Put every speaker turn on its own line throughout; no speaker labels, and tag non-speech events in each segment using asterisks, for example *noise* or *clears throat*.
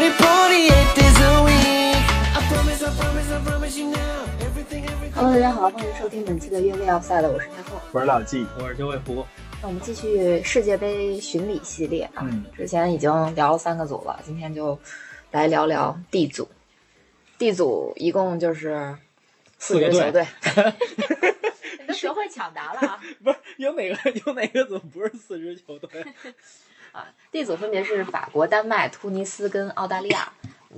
party eight days a week. I promise, I promise, I promise you now. Everything, everything.
Hello，大家好，欢迎收听本期的越位 Outside，我是太后。
我是老纪，
我是九尾狐，
那我们继续世界杯巡礼系列啊，
嗯
之前已经聊了三个组了，今天就来聊聊 D 组。D 组一共就是四支
四
球
个 *laughs* 队
队，你都学会抢答了啊！
不是有哪个 *laughs* 有哪个组不是四支球队？
*laughs* 啊，D 组分别是法国、丹麦、突尼斯跟澳大利亚。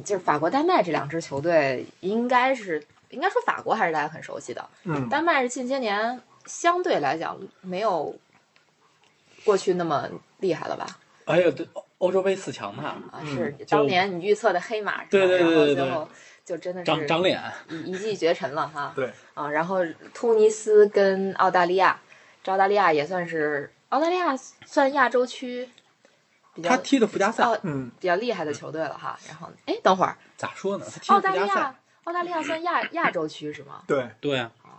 就是法国、丹麦这两支球队，应该是应该说法国还是大家很熟悉的，
嗯，
丹麦是近些年相对来讲没有过去那么厉害了吧？
哎呀，对，欧洲杯四强嘛，
啊，
嗯
是
就
当年你预测的黑马是吧，
对对对对对
然后最后就真的
长长
是
脸，
一一骑绝尘了哈。
*laughs*
对，
啊，然后突尼斯跟澳大利亚，这澳大利亚也算是澳大利亚算亚洲区比较
他踢的附加赛
澳
嗯，
比较厉害的球队了哈。然后哎，等会儿
咋说呢？他踢
澳
的
大
附
利
加赛，
亚澳大利亚算亚亚洲区是吗？
对，
对啊，
哦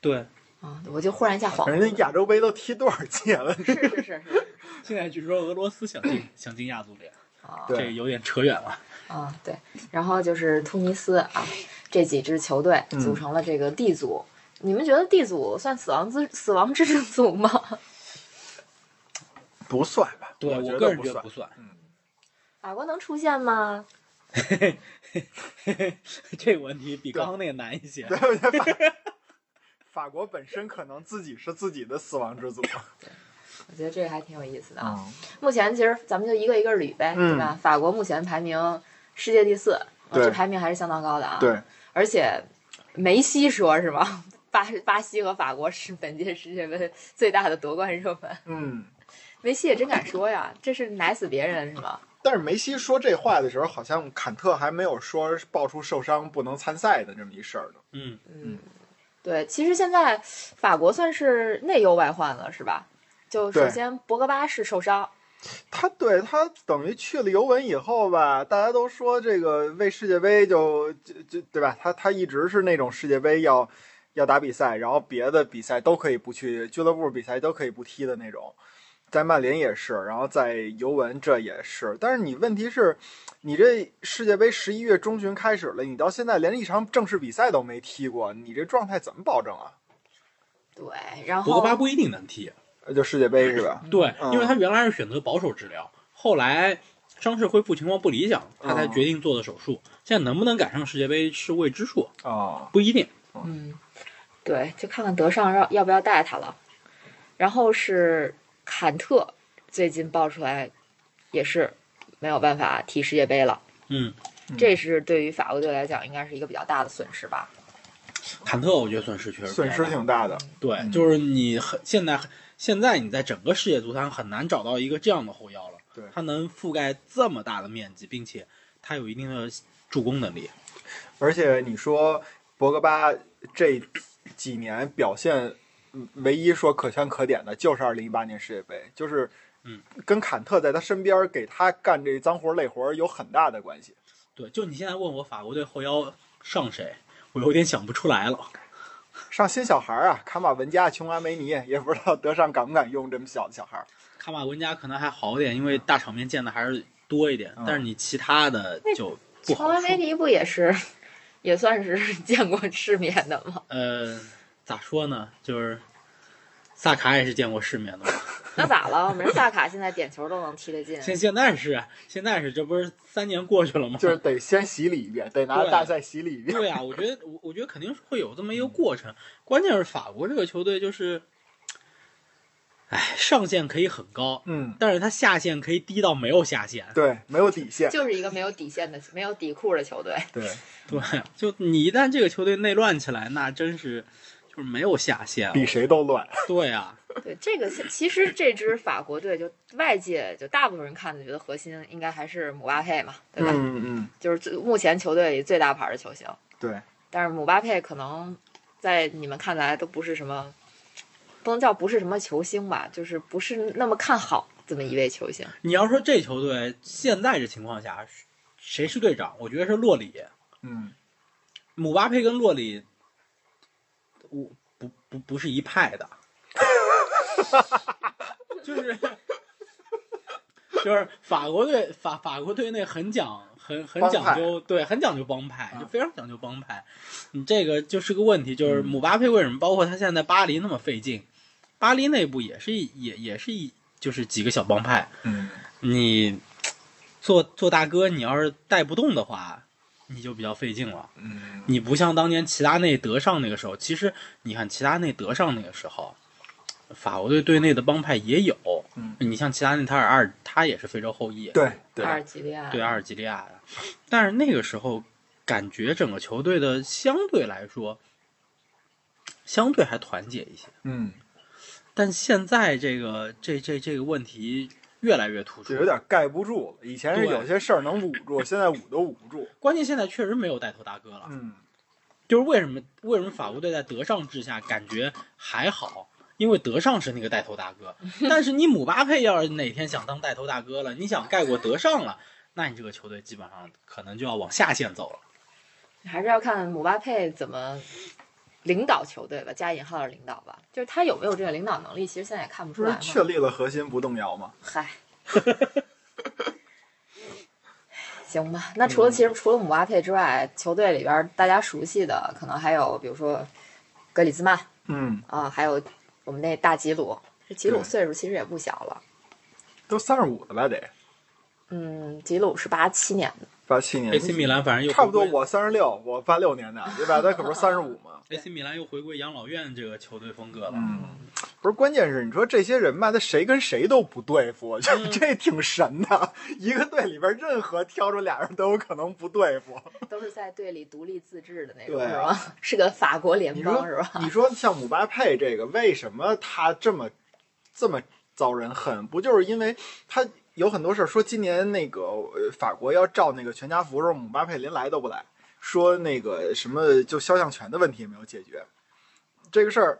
对，
啊，我就忽然一下恍
人 *laughs* 家
惚了。
亚洲杯都踢多少届了？
是是
*laughs*
是是
现在据说俄罗斯想进想进亚组联，
啊，
对
这个有点扯远了。
啊，对，然后就是突尼斯啊，这几支球队
嗯
组成了这个 D 组。你们觉得 D 组算死亡之死亡之阵组吗？ *laughs*
不算吧，
对
觉
我个
得
人觉得
算
不。算，
法国能出现吗？
*laughs* 这个问题比刚刚那个难一些。
嗯 *laughs* 对，我觉得法法国本身可能自己是自己的死亡之组。
我觉得这个还挺有意思的啊。
嗯，
目前其实咱们就一个一个捋呗，
嗯
对吧？法国目前排名世界第四，啊
对
这排名还是相当高的啊。，
*laughs* 对，
而且梅西说是吗？ *laughs* 巴巴西和法国是本届世界杯最大的夺冠热门，
嗯。
梅西也真敢说呀，这是奶死别人是吗？
但是梅西说这话的时候，好像坎特还没有说爆出受伤不能参赛的这么一事儿呢。
嗯，
嗯，对，其实现在法国算是内忧外患了，是吧？就首
对
先博格巴是受伤，
他对他等于去了尤文以后吧，大家都说这个为世界杯就就就对吧？他他一直是那种世界杯要要打比赛，然后别的比赛都可以不去，俱乐部比赛都可以不踢的那种。在曼联也是，然后在尤文这也是。但是你问题是，你这世界杯十一月中旬开始了，你到现在连一场正式比赛都没踢过，你这状态怎么保证啊？
对，然
博格巴
后
不一定能踢，
呃就世界杯是
*laughs*
吧？
对，
嗯
因为他原来是选择保守治疗，后来伤势恢复情况不理想，他才
嗯
决定做的手术。现在能不能赶上世界杯是未知数，
哦，
不一定。
嗯，对，就看看德尚要要不要带他了。然后是坎特，最近爆出来也是没有办法踢世界杯了，
嗯，
这是对于法国队来讲应该是一个比较大的损失吧？
坎特，我觉得损失确实比较
损
大
失挺大的。
对，
嗯
就是你很现在现在你在整个世界足坛很难找到一个这样的后腰了，
对
他能覆盖这么大的面积，并且他有一定的助攻能力。
而且你说博格巴这几年表现，嗯唯一说可圈可点的就是2018年世界杯，就是
嗯，
跟坎特在他身边给他干这脏活累活有很大的关系。
对，就你现在问我法国队后腰上谁，我有点想不出来了。
上新小孩啊，卡马文加、琼阿梅尼，也不知道德尚敢不敢用这么小的小孩。
卡马文加可能还好一点，因为大场面见的还是多一点，
嗯
但是你其他的就
乔
不好
安
说
梅。尼不也是 *laughs* 也算是 *laughs* 见过世面的吗？
呃，咋说呢？就是萨卡也是见过世面
*laughs*
的嘛。
那咋了？我们这萨卡现在点球都能踢得进，
现现在是啊现在是，这不是三年过去了吗？
就是得先洗礼一遍，得拿
对
大赛洗礼一遍。
对啊，我觉得我我觉得肯定是会有这么一个过程。关键是法国这个球队就是，哎，上限可以很高，
嗯，
但是它下限可以低到没有下限。
对，没有底线。
就是一个没有底线的、没有底裤的球队。
对，
对，就你一旦这个球队内乱起来，那真是就是没有下限
比
了。
谁都乱。
对啊，
*laughs* 对，这个现其实这支法国队就外界就大部分人看的觉得核心应该还是姆巴佩嘛，对吧？
嗯嗯，
就是最目前球队里最大牌的球星。
对，
但是姆巴佩可能在你们看来都不是什么，不能叫不是什么球星吧，就是不是那么看好这么一位球星。
你要说这球队现在这情况下，谁是队长？我觉得是洛里，
嗯，
姆巴佩跟洛里，我不不不是一派的，就是就是法国队法法国队那很讲很很
帮
讲
派
究，对，很讲究帮派，
啊嗯
就非常讲究帮派。你这个就是个问题，就是姆巴佩为什么包括他现在巴黎那么费劲？巴黎内部也是一也也是一就是几个小帮派，
嗯，
你做做大哥，你要是带不动的话，你就比较费劲了。
嗯，
你不像当年齐达内德尚那个时候，其实你看齐达内德尚那个时候，法国队队内的帮派也有。
嗯
你像齐达内塔尔二，他也是非洲后裔，
对对
阿，尔及利亚，
对啊阿尔及利亚的。但是那个时候，感觉整个球队的相对来说，相对还团结一些。
嗯，
但现在这个这这这个问题越来越突出，
就有点盖不住了。以前是
对
有些事儿能捂住，现在捂都捂不住。
关键现在确实没有带头大哥了，
嗯
就是为什么为什么法国队在德尚之下感觉还好，因为德尚是那个带头大哥。但是你姆巴佩要是哪天想当带头大哥了，你想盖过德尚了，那你这个球队基本上可能就要往下线走了。
嗯
还是要看姆巴佩怎么领导球队吧，加引号的领导吧，就是他有没有这个领导能力，其实现在也看不出
不
来
是
嘛。
确立了核心不动摇
嗯
吗？
嗨， *laughs* 行吧。那除了其实除了姆巴佩之外，球队里边儿大家熟悉的，可能还有比如说格里兹曼
嗯，
啊，还有我们那大吉鲁。这吉鲁
对
岁数其实也不小了，
都三十五了吧得，
嗯，吉鲁是八七年的，
八七年
AC 米兰反正又
差不多，
回归
我三十六，我八六年的，对吧？他可不是三十五吗？ *laughs*
AC 米兰又回归养老院这个球队风格了。
嗯，不是，关键是你说这些人吧，他谁跟谁都不对付，这、
嗯
这挺神的。一个队里边任何挑出俩人都有可能不对付。
*laughs* 都是在队里独立自治的那种，
对
是
啊
吧？是个法国联
你说
邦，是吧？
你说像姆巴佩这个，为什么他这么这么遭人恨？不就是因为他有很多事儿？说今年那个呃法国要照那个全家福的时候，姆巴佩连来都不来，说那个什么就肖像权的问题也没有解决，这个事儿。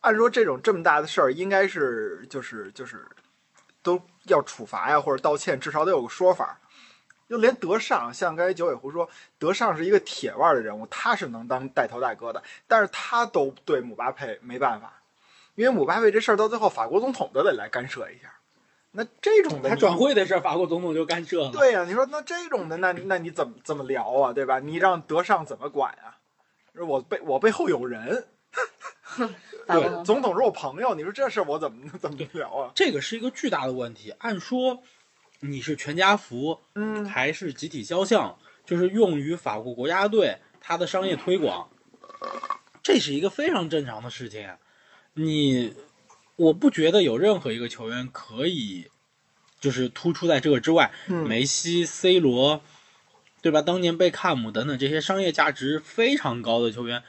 按说这种这么大的事儿，应该是就是就是都要处罚呀，或者道歉，至少得有个说法。就连德尚，像刚才九尾狐说，德尚是一个铁腕的人物，他是能当带头大哥的，但是他都对姆巴佩没办法，因为姆巴佩这事儿到最后法国总统都得来干涉一下。那这种的
他
你
转会的事儿，法国总统就干涉了。
对呀、你说那这种的，那那你怎么怎么聊啊，对吧？你让德尚怎么管啊？我背我背后有人，
法国总
总统是我朋友，你说这事儿我怎么怎么聊啊？
这个是一个巨大的问题。按说你是全家福，
嗯，
还是集体肖像，就是用于法国国家队它的商业推广，这是一个非常正常的事情。啊你，我不觉得有任何一个球员可以，就是突出在这个之外。
嗯
梅西、C 罗，对吧？当年贝克汉姆等等这些商业价值非常高的球员，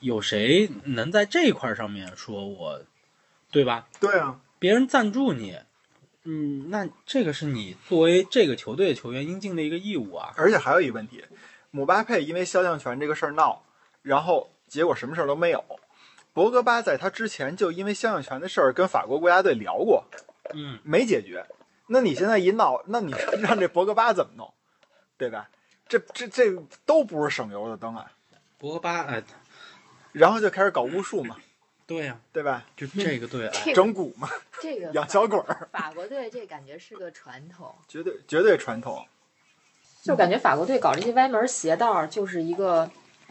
有谁能在这一块儿上面说我，对吧？
对啊，
别人赞助你，嗯，那这个是你作为这个球队的球员应尽的一个义务啊。
而且还有一个问题，姆巴佩因为肖像权这个事儿闹，然后结果什么事儿都没有。博格巴在他之前就因为肖像权的事儿跟法国国家队聊过，
嗯，
没解决。那你现在一闹，那你让这博格巴怎么弄，对吧？这这这都不是省油的灯啊！
博格巴，哎，
然后就开始搞巫术嘛，
对呀、
对吧？
就这个队，哎，
这个
整蛊嘛， *laughs*
这个
养
法
小鬼儿，
法国队这感觉是个传统，
绝对绝对传统。
就感觉法国队搞这些歪门邪道儿就是一个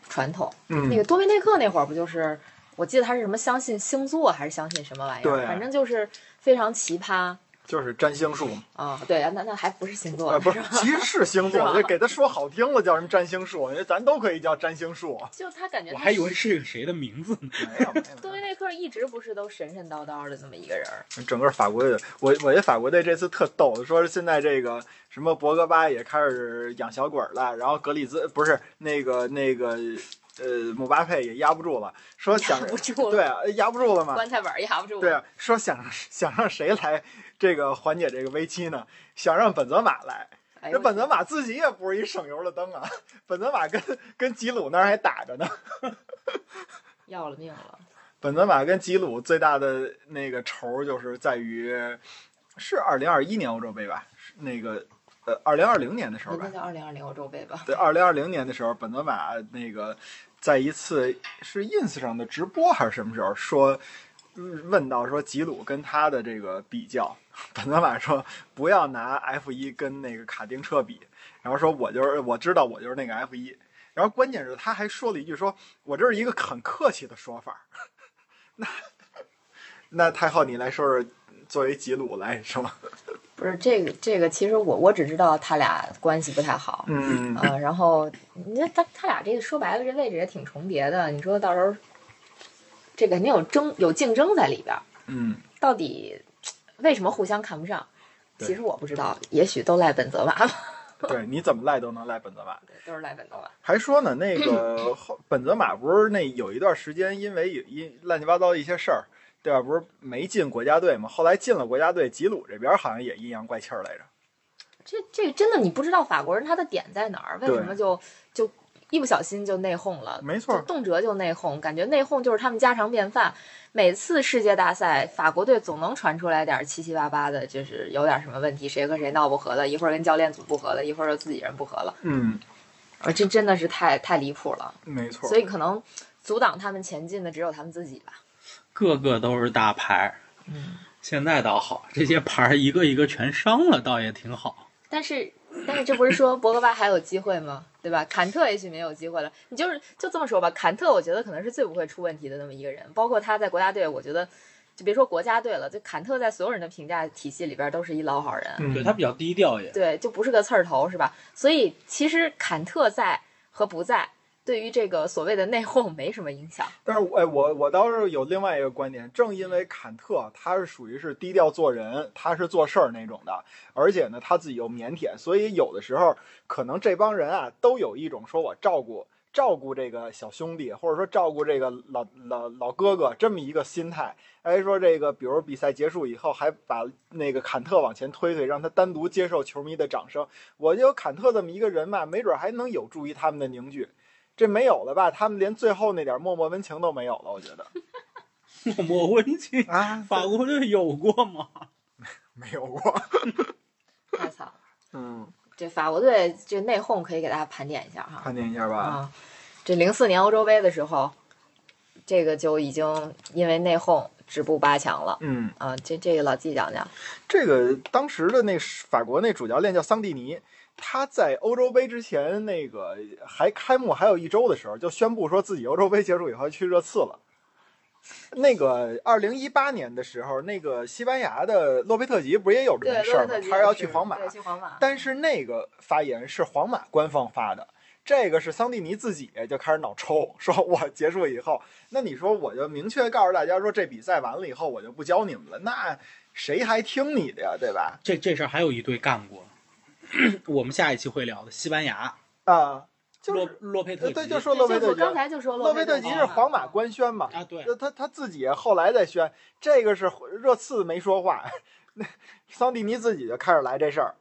传统。
嗯
那个多米内克那会儿不就是，我记得他是什么相信星座还是相信什么玩意儿，
对啊
反正就是非常奇葩
就是占星术嘛，
啊。对啊，那那还不是星座，
啊，不是
是吧，
其实是星
是吧
座，就给他说好听了，叫什么占星术，咱都可以叫占星术。
就他感觉
嗯
我
他
还以为是个谁的名字呢。
没有，没有
多米内克一直不是都神神叨叨的这么一个人儿，
整个法国队，我我觉得法国队这次特逗，说现在这个什么博格巴也开始养小鬼儿了，然后格里兹不是那个那个呃姆巴佩也压不住了，说想
*laughs* 压不住
对
了，
啊压不住了嘛，
棺材板儿压不住。
对啊，说想想让谁来这个缓解这个危机呢？想让本泽马来，
哎呦
这本泽马自己也不 *laughs* 是一省油的灯啊，本泽马跟跟吉鲁那儿还打着呢，
要了命了。
本泽马跟吉鲁最大的那个仇就是在于，是二零二一年欧洲杯吧？是那个呃，二零二零年的时候吧
那？叫二零二零欧洲杯吧？
对，二零二零年的时候，本泽马那个在一次是 ins 上的直播还是什么时候说，嗯问到说吉鲁跟他的这个比较，本泽马说不要拿 F 一跟那个卡丁车比，然后说我就是我知道我就是那个 F 一，然后关键是他还说了一句说我这是一个很客气的说 *laughs* 法，那那太后你来说说，作为吉鲁来说，
不是这个这个，其实我我只知道他俩关系不太好。
嗯
呃，然后你看他他俩这个说白了，这位置也挺重叠的。你说到时候，这肯定有争有竞争在里边儿，
嗯，
到底为什么互相看不上？
对
其实我不知道，也许都赖本泽马吧，
对，你怎么赖都能赖本泽马。
对都是赖本泽马。
还说呢，那个后本泽马不是那有一段时间因为有因乱七八糟的一些事儿，对吧？不是没进国家队嘛？后来进了国家队，吉鲁这边好像也阴阳怪气儿来着。
这这个真的你不知道法国人他的点在哪儿，为
对
什么就就一不小心就内讧了？
没错
就动辄就内讧，感觉内讧就是他们家常便饭。每次世界大赛，法国队总能传出来点儿七七八八的，就是有点什么问题，谁和谁闹不和了，一会儿跟教练组不和了，一会儿又自己人不和了，
嗯，
啊，这真的是太太离谱了。
没错
所。以可能阻挡他们前进的只有他们自己吧。
*laughs* 个个都是大牌儿。
嗯，
现在倒好，这些牌儿一个一个全伤了，倒也挺好。
但是，但是这不是说博格巴还有机会吗？对吧？坎特也许没有机会了。你就是就这么说吧，坎特我觉得可能是最不会出问题的那么一个人，包括他在国家队，我觉得就别说国家队了，就坎特在所有人的评价体系里边都是一老好人，
嗯，
对他比较低调也， *laughs*
对，就不是个刺儿头是吧？所以其实坎特在和不在，对于这个所谓的内讧没什么影响。
*laughs* 但是我哎，我我倒是有另外一个观点，正因为坎特他是属于是低调做人，他是做事儿那种的，而且呢他自己又腼腆，所以有的时候可能这帮人啊都有一种说我照顾照顾这个小兄弟，或者说照顾这个老老老哥哥这么一个心态。哎，说这个，比如比赛结束以后，还把那个坎特往前推推，让他单独接受球迷的掌声。我就有坎特这么一个人嘛，没准还能有助于他们的凝聚。这没有了吧？他们连最后那点默默温情都没有了，我觉得
默默温情，
啊
法国队有过吗？
*laughs* 没有过。
太惨了，
嗯，
这法国队这内讧可以给大家盘点一下哈。
盘点一下吧。
啊，这零四年欧洲杯的时候，这个就已经因为内讧止步八强了。
嗯，
啊，这这个老季讲讲，
这个当时的那法国那主教练叫桑蒂尼，他在欧洲杯之前那个还开幕还有一周的时候，就宣布说自己欧洲杯结束以后去热刺了。那个二零一八年的时候，那个西班牙的洛佩特吉不是也有这件事儿吗？他要去皇马，
对，去皇马。
但是那个发言是皇马官方发的，这个是桑蒂尼自己就开始脑抽，说我结束以后，那你说我就明确告诉大家说这比赛完了以后我就不教你们了，那谁还听你的呀，对吧？
这这事儿还有一队干过，我们下一期会聊的。西班牙
啊，就
洛
是
洛佩
呃
特吉，
对，就说
对
洛维
就
特
我
吉，
刚才就说
洛
佩
维
特
特
吉
吉是皇马官宣嘛，
啊，对，
那他他自己后来再宣，这个是热刺没说话，那桑蒂尼自己就开始来这事儿，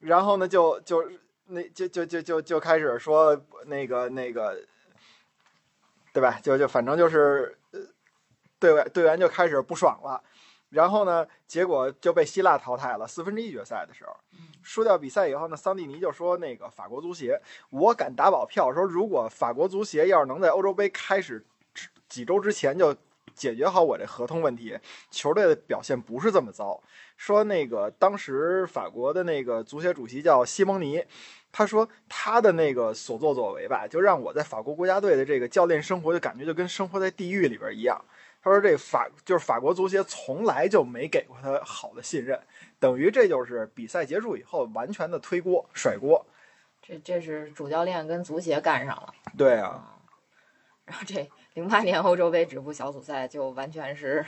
然后呢就就那就就就就就开始说那个那个，对吧？就就反正就是呃队外队员就开始不爽了，然后呢，结果就被希腊淘汰了，四分之一决赛的时候。输掉比赛以后呢，桑蒂尼就说：“那个法国足协，我敢打保票说，如果法国足协要是能在欧洲杯开始之几周之前就解决好我这合同问题，球队的表现不是这么糟。”说那个当时法国的那个足协主席叫西蒙尼，他说他的那个所作所为吧，就让我在法国国家队的这个教练生活就感觉就跟生活在地狱里边一样。他说这法就是法国足协从来就没给过他好的信任。等于这就是比赛结束以后完全的推锅甩锅。
这这是主教练跟足协干上了。
对啊，
然后这零八年欧洲杯止步小组赛就完全是，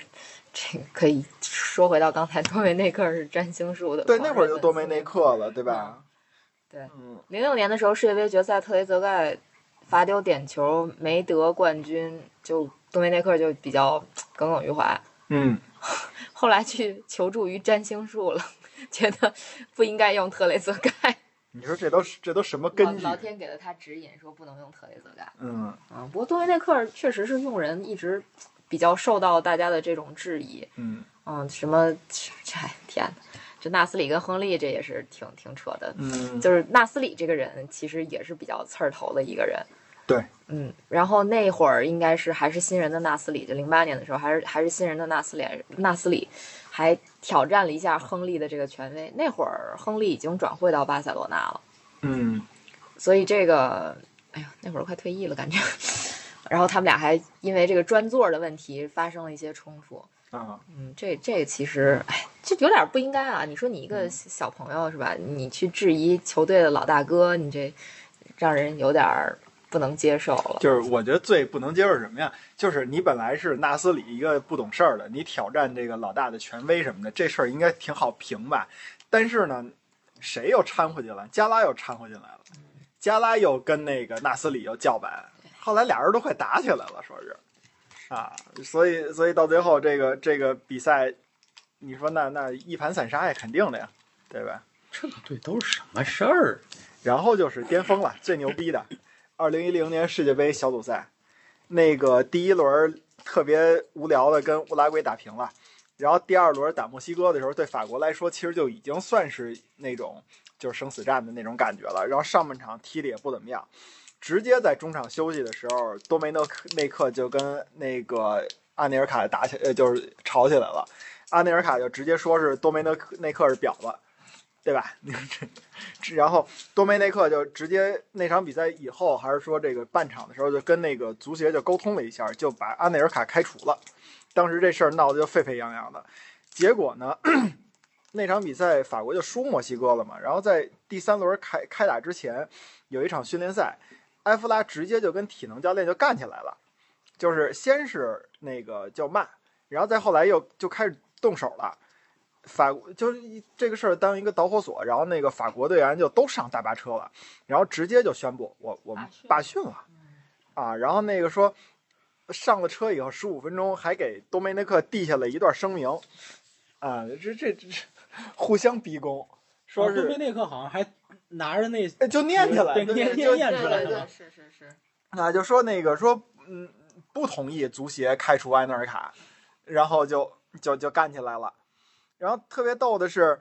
这个可以说回到刚才多梅内克是占星术的。
对，那会儿就多梅内。克了，对吧？
对
嗯，
零六年的时候，世界杯决赛，特雷泽盖罚丢点球没得冠军，就多梅内克就比较耿耿于怀。
嗯，
后来去求助于占星术了，觉得不应该用特雷泽盖。
你说这都是这都什么根据
老？老天给了他指引，说不能用特雷泽盖。
嗯
啊，不过多维内克尔确实是用人一直比较受到大家的这种质疑。
嗯
嗯，什么这哎天呐，这纳斯里跟亨利这也是挺挺扯的。
嗯，
就是纳斯里这个人其实也是比较刺儿头的一个人。
对，
嗯，然后那会儿应该是还是新人的纳斯里，就零八年的时候，还是还是新人的纳斯里，纳斯里还挑战了一下亨利的这个权威。那会儿亨利已经转会到巴塞罗那了。
嗯
所以这个，哎呀，那会儿快退役了感觉。 *laughs* 然后他们俩还因为这个专座的问题发生了一些冲突。
啊，
嗯，这这个其实，哎，这有点不应该啊！你说你一个小小朋友是吧？你去质疑球队的老大哥，你这让人有点儿不能接受了。
就是我觉得最不能接受是什么呀？就是你本来是纳斯里一个不懂事儿的，你挑战这个老大的权威什么的，这事儿应该挺好评吧？但是呢，谁又掺和进来？加拉又掺和进来了，加拉又跟那个纳斯里又叫板，后来俩人都快打起来了，说是啊，所以所以到最后这个这个比赛，你说那那一盘散沙呀，肯定的呀，对吧？
这个队都是什么事儿？啊
然后就是巅峰了，最牛逼的，二零一零年世界杯小组赛，那个第一轮特别无聊的跟乌拉圭打平了，然后第二轮打墨西哥的时候，对法国来说其实就已经算是那种就是生死战的那种感觉了。然后上半场踢的也不怎么样，直接在中场休息的时候，多梅诺克内克就跟那个阿内尔卡打起，呃，就是吵起来了。阿内尔卡就直接说是多梅诺克内克是婊子，对吧？ *laughs* 你说这这然后多梅内克就直接那场比赛以后，还是说这个半场的时候，就跟那个足协就沟通了一下，就把阿内尔卡开除了。当时这事儿闹得就沸沸扬扬的，结果呢， *coughs* 那场比赛法国就输墨西哥了嘛。然后在第三轮开开打之前，有一场训练赛，埃弗拉直接就跟体能教练就干起来了，就是先是那个叫骂，然后再后来又就开始动手了。法国就是一这个事儿当一个导火索，然后那个法国队员就都上大巴车了，然后直接就宣布我我们罢
罢
训了，啊，然后那个说上了车以后十五分钟还给多梅内克递下了一段声明，啊，这这这这互相逼宫，说
啊多梅
是、
内克好像还拿着那
哎就念起来，
对 *laughs*
就
念
就
念
对
出来
对
了
对，
吗
是是是，
啊，就说那个说，嗯，不同意足协开除埃内尔卡，然后就就就干起来了。然后特别逗的是，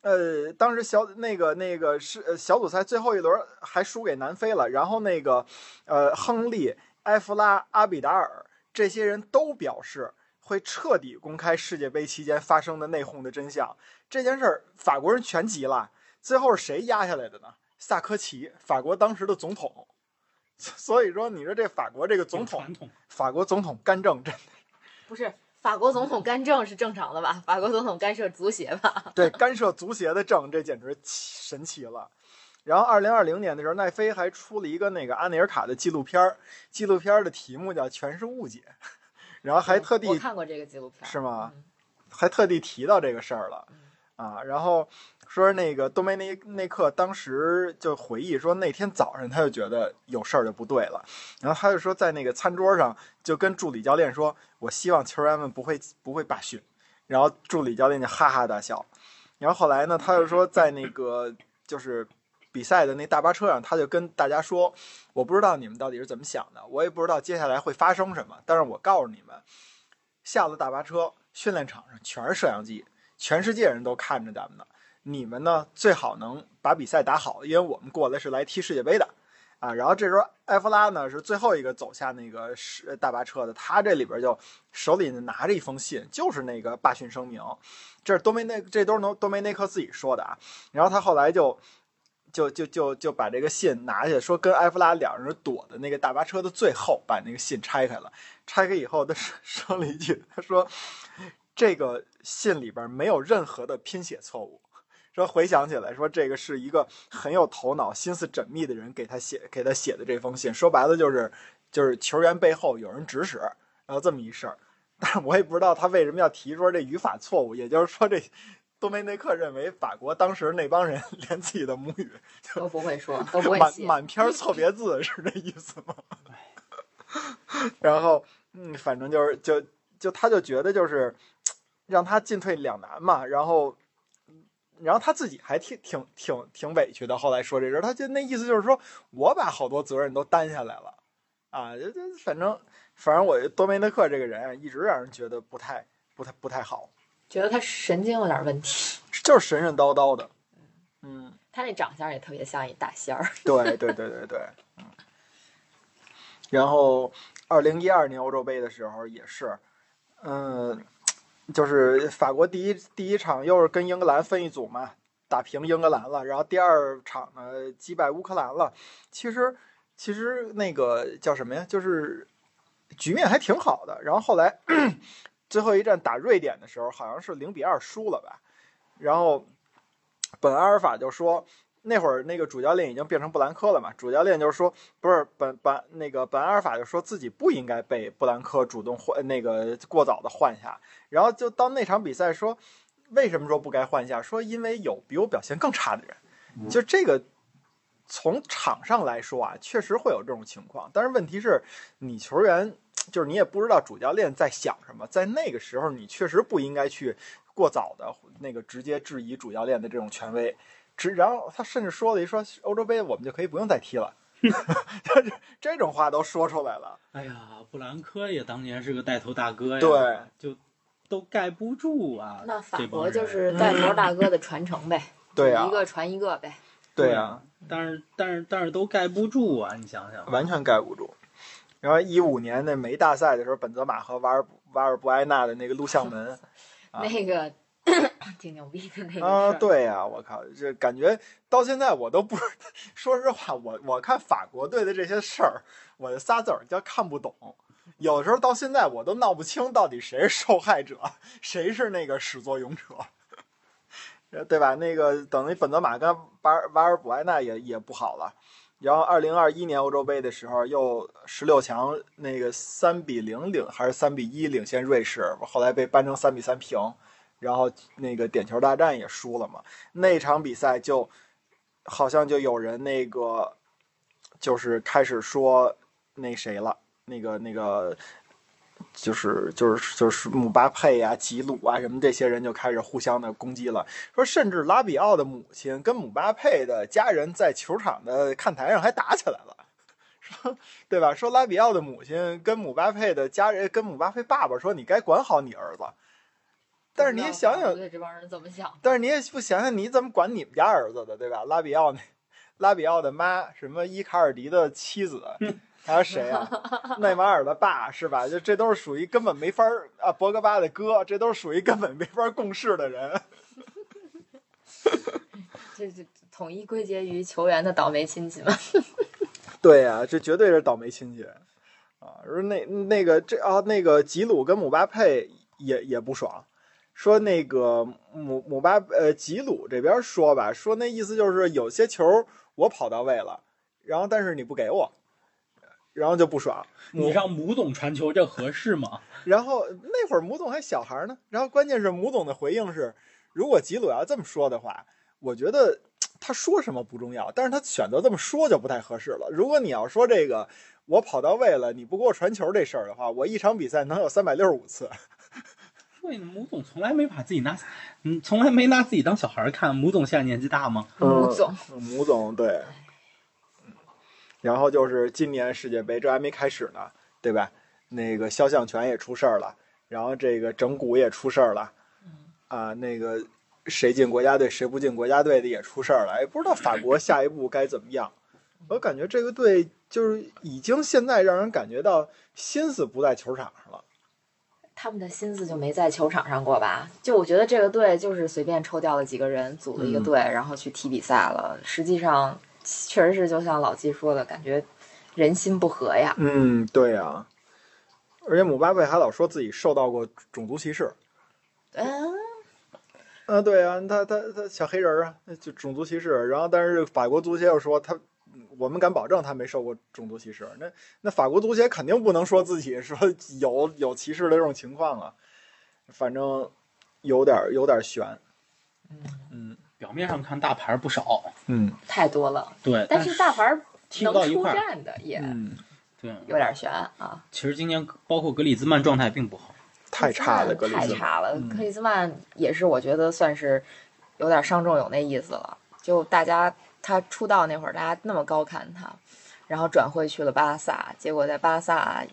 呃，当时小那个那个是呃小组赛最后一轮还输给南非了，然后那个呃亨利、埃弗拉、阿比达尔这些人都表示会彻底公开世界杯期间发生的内讧的真相。这件事儿法国人全急了，最后是谁压下来的呢？萨科齐，法国当时的总统。所以说，你说这法国这个总
有
统
传，统，
法国总统干政，真
不是法国总统干政是正常的吧？法国总统干涉足协吧？
对干涉足协的政，这简直奇神奇了。然后，二零二零年的时候，奈飞还出了一个那个阿内尔卡的纪录片儿，纪录片儿的题目叫《全是误解》，然后还特地
我看过这个纪录片，
是吗
嗯？
还特地提到这个事儿了
嗯
啊。然后说那个多梅内内克当时就回忆说，那天早上他就觉得有事儿就不对了，然后他就说在那个餐桌上就跟助理教练说，我希望球员们不会不会罢训，然后助理教练就哈哈大笑。然后后来呢，他就说在那个就是比赛的那大巴车上，他就跟大家说，我不知道你们到底是怎么想的，我也不知道接下来会发生什么，但是我告诉你们，下了大巴车，训练场上全是摄像机，全世界人都看着咱们呢。你们呢，最好能把比赛打好，因为我们过来是来踢世界杯的，啊。然后这时候埃弗拉呢是最后一个走下那个是大巴车的，他这里边就手里拿着一封信，就是那个罢训声明，这是多梅内，这都是多梅内克自己说的啊。然后他后来就。就就就就把这个信拿去，说跟埃弗拉两人躲的那个大巴车的最后，把那个信拆开了。拆开以后，他 *laughs* 说说了一句，他说这个信里边没有任何的拼写错误。说回想起来，说这个是一个很有头脑、心思缜密的人给他写给他写的这封信。说白了就是就是球员背后有人指使，然后这么一事儿。但是我也不知道他为什么要提说这语法错误，也就是说这多梅内克认为法国当时那帮人 *laughs* 连自己的母语
都不
*laughs*
会说，都不会
满
写。
满篇儿错别字是这意思吗？ *laughs* 然后，嗯，反正就是就就他就觉得就是让他进退两难嘛，然后嗯然后他自己还挺挺挺挺委屈的。后来说这事儿，他就那意思就是说我把好多责任都担下来了，啊，就就反正反正我多梅德克这个人啊，一直让人觉得不太不太不太好，
觉得他神经有点问题。
就是神神叨叨的。嗯，
他那长相也特别像一大仙儿。
*laughs* 对对对对对，嗯。然后二零一二年欧洲杯的时候也是，嗯，就是法国第一第一场又是跟英格兰分一组嘛，打平英格兰了，然后第二场呢击败乌克兰了。其实其实那个叫什么呀，就是局面还挺好的。然后后来最后一站打瑞典的时候，好像是零比二输了吧。然后本阿尔法就说，那会儿那个主教练已经变成布兰科了嘛，主教练就是说，不是本本那个本阿尔法就说自己不应该被布兰科主动换那个过早的换下，然后就到那场比赛说，为什么说不该换下？说因为有比我表现更差的人，就这个。从场上来说啊，确实会有这种情况，但是问题是，你球员就是你也不知道主教练在想什么，在那个时候你确实不应该去过早的那个直接质疑主教练的这种权威。只然后他甚至说了一说欧洲杯我们就可以不用再踢了，这这种话都说出来了。
哎呀，布兰科也当年是个带头大哥呀，
对，
就都盖不住啊。
那法
这帮
国就
人
是带头大哥的传承呗，
嗯 *laughs* 对啊
一，个传一个呗。
对啊，
嗯但是但是但是都盖不住啊！你想
嗯
想，
完全盖不住。然后一五年那梅大赛的时候，本泽马和瓦尔瓦尔布埃纳的那个录像门。啊
那个挺牛逼的那个事
*laughs* 啊，
儿，
对呀、我靠，这感觉到现在我都不， *laughs* 说实话，我我看法国队的这些事儿，我的仨字儿叫看不懂。有时候到现在我都闹不清到底谁是受害者，谁是那个始作俑者，呃对吧？那个等于本泽马跟瓦尔瓦尔普埃纳也也不好了。然后二零二一年欧洲杯的时候，又十六强那个三比零领还是三比一领先瑞士，后来被扳成三比三平。然后那个点球大战也输了嘛。那场比赛就好像就有人那个就是开始说那谁了，那个那个就是就是就是姆巴佩啊、吉鲁啊什么这些人就开始互相的攻击了，说甚至拉比奥的母亲跟姆巴佩的家人在球场的看台上还打起来了。说对吧？说拉比奥的母亲跟姆巴佩的家人，跟姆巴佩爸爸说：“你该管好你儿子。”但是你
不知道
想
法
想
国，队这帮人怎么想？
但是你也不想想你怎么管你们家儿子的，对吧？拉比奥那拉比奥的妈，什么伊卡尔迪的妻子，还有谁啊？内马尔的爸是吧？就这都是属于根本没法儿啊，博格巴的哥，这都是属于根本没法儿共事的人。
这这统一归结于球员的倒霉亲戚们。
*laughs* 对呀、这绝对是倒霉亲戚啊！说那那个这啊，那个吉鲁跟姆巴佩也也不爽，说那个姆姆巴呃吉鲁这边说吧，说那意思就是有些球我跑到位了，然后但是你不给我，然后就不爽。
你让母董传球，这合适吗？
*laughs* 然后那会儿母总还小孩呢，然后关键是母总的回应是，如果吉鲁要这么说的话，我觉得他说什么不重要，但是他选择这么说就不太合适了。如果你要说这个我跑到位了，你不给我传球这事儿的话，我一场比赛能有三百六十五次。
对，母总从来没把自己拿，嗯，从来没拿自己当小孩看。母总现在年纪大吗？
嗯
*laughs* 吴总，
母总对，嗯然后就是今年世界杯，这还没开始呢，对吧？那个肖像权也出事儿了，然后这个整蛊也出事儿了，啊，那个谁进国家队谁不进国家队的也出事儿了，也哎不知道法国下一步该怎么样。我感觉这个队就是已经现在让人感觉到心思不在球场上了。
他们的心思就没在球场上过吧？就我觉得这个队就是随便抽调了几个人组了一个队，然后去踢比赛了。实际上，确实是就像老季说的，感觉人心不和呀。
嗯，对呀、而且姆巴佩还老说自己受到过种族歧视。
嗯，
啊，对啊，他他他小黑人儿啊，就种族歧视。然后，但是法国足协又说他，我们敢保证他没受过种族歧视。那那法国足协肯定不能说自己说 *laughs* 有有歧视的这种情况啊，反正有点有点悬。嗯
表面上看大牌不少，
嗯
太多了。
对，
但是大牌儿
*laughs* 踢不
能
到一
出
块儿。
战的也
嗯，
对，
有点悬啊。
其实今年包括格里兹曼状态并不好，
太差了，格里
太
兹。
差了
嗯。
克里斯曼也是，我觉得算是有点伤仲永那意思了。就大家他出道那会儿，大家那么高看他，然后转会去了巴萨，结果在巴萨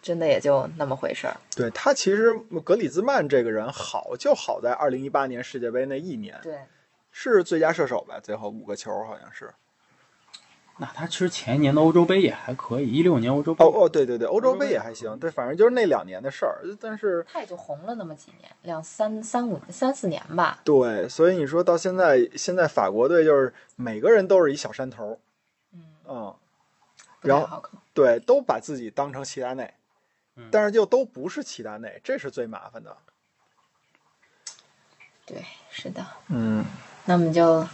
真的也就那么回事儿。
对他其实格里兹曼这个人好就好在二零一八年世界杯那一年
对，
是最佳射手吧，最后五个球好像是。
那他其实前一年的欧洲杯也还可以，一六年欧洲杯
哦哦，对对对，欧洲
欧洲杯
杯也还行，对，反正就是那两年的事儿。但是
他也就红了那么几年，两三三五三四年吧。
对，所以你说到现在，现在法国队就是每个人都是一小山头，
嗯，
嗯，
不太
然后
好看。
对，都把自己当成齐达内
嗯，
但是又都不是齐达内，这是最麻烦的。
对，是的。
嗯，
那么就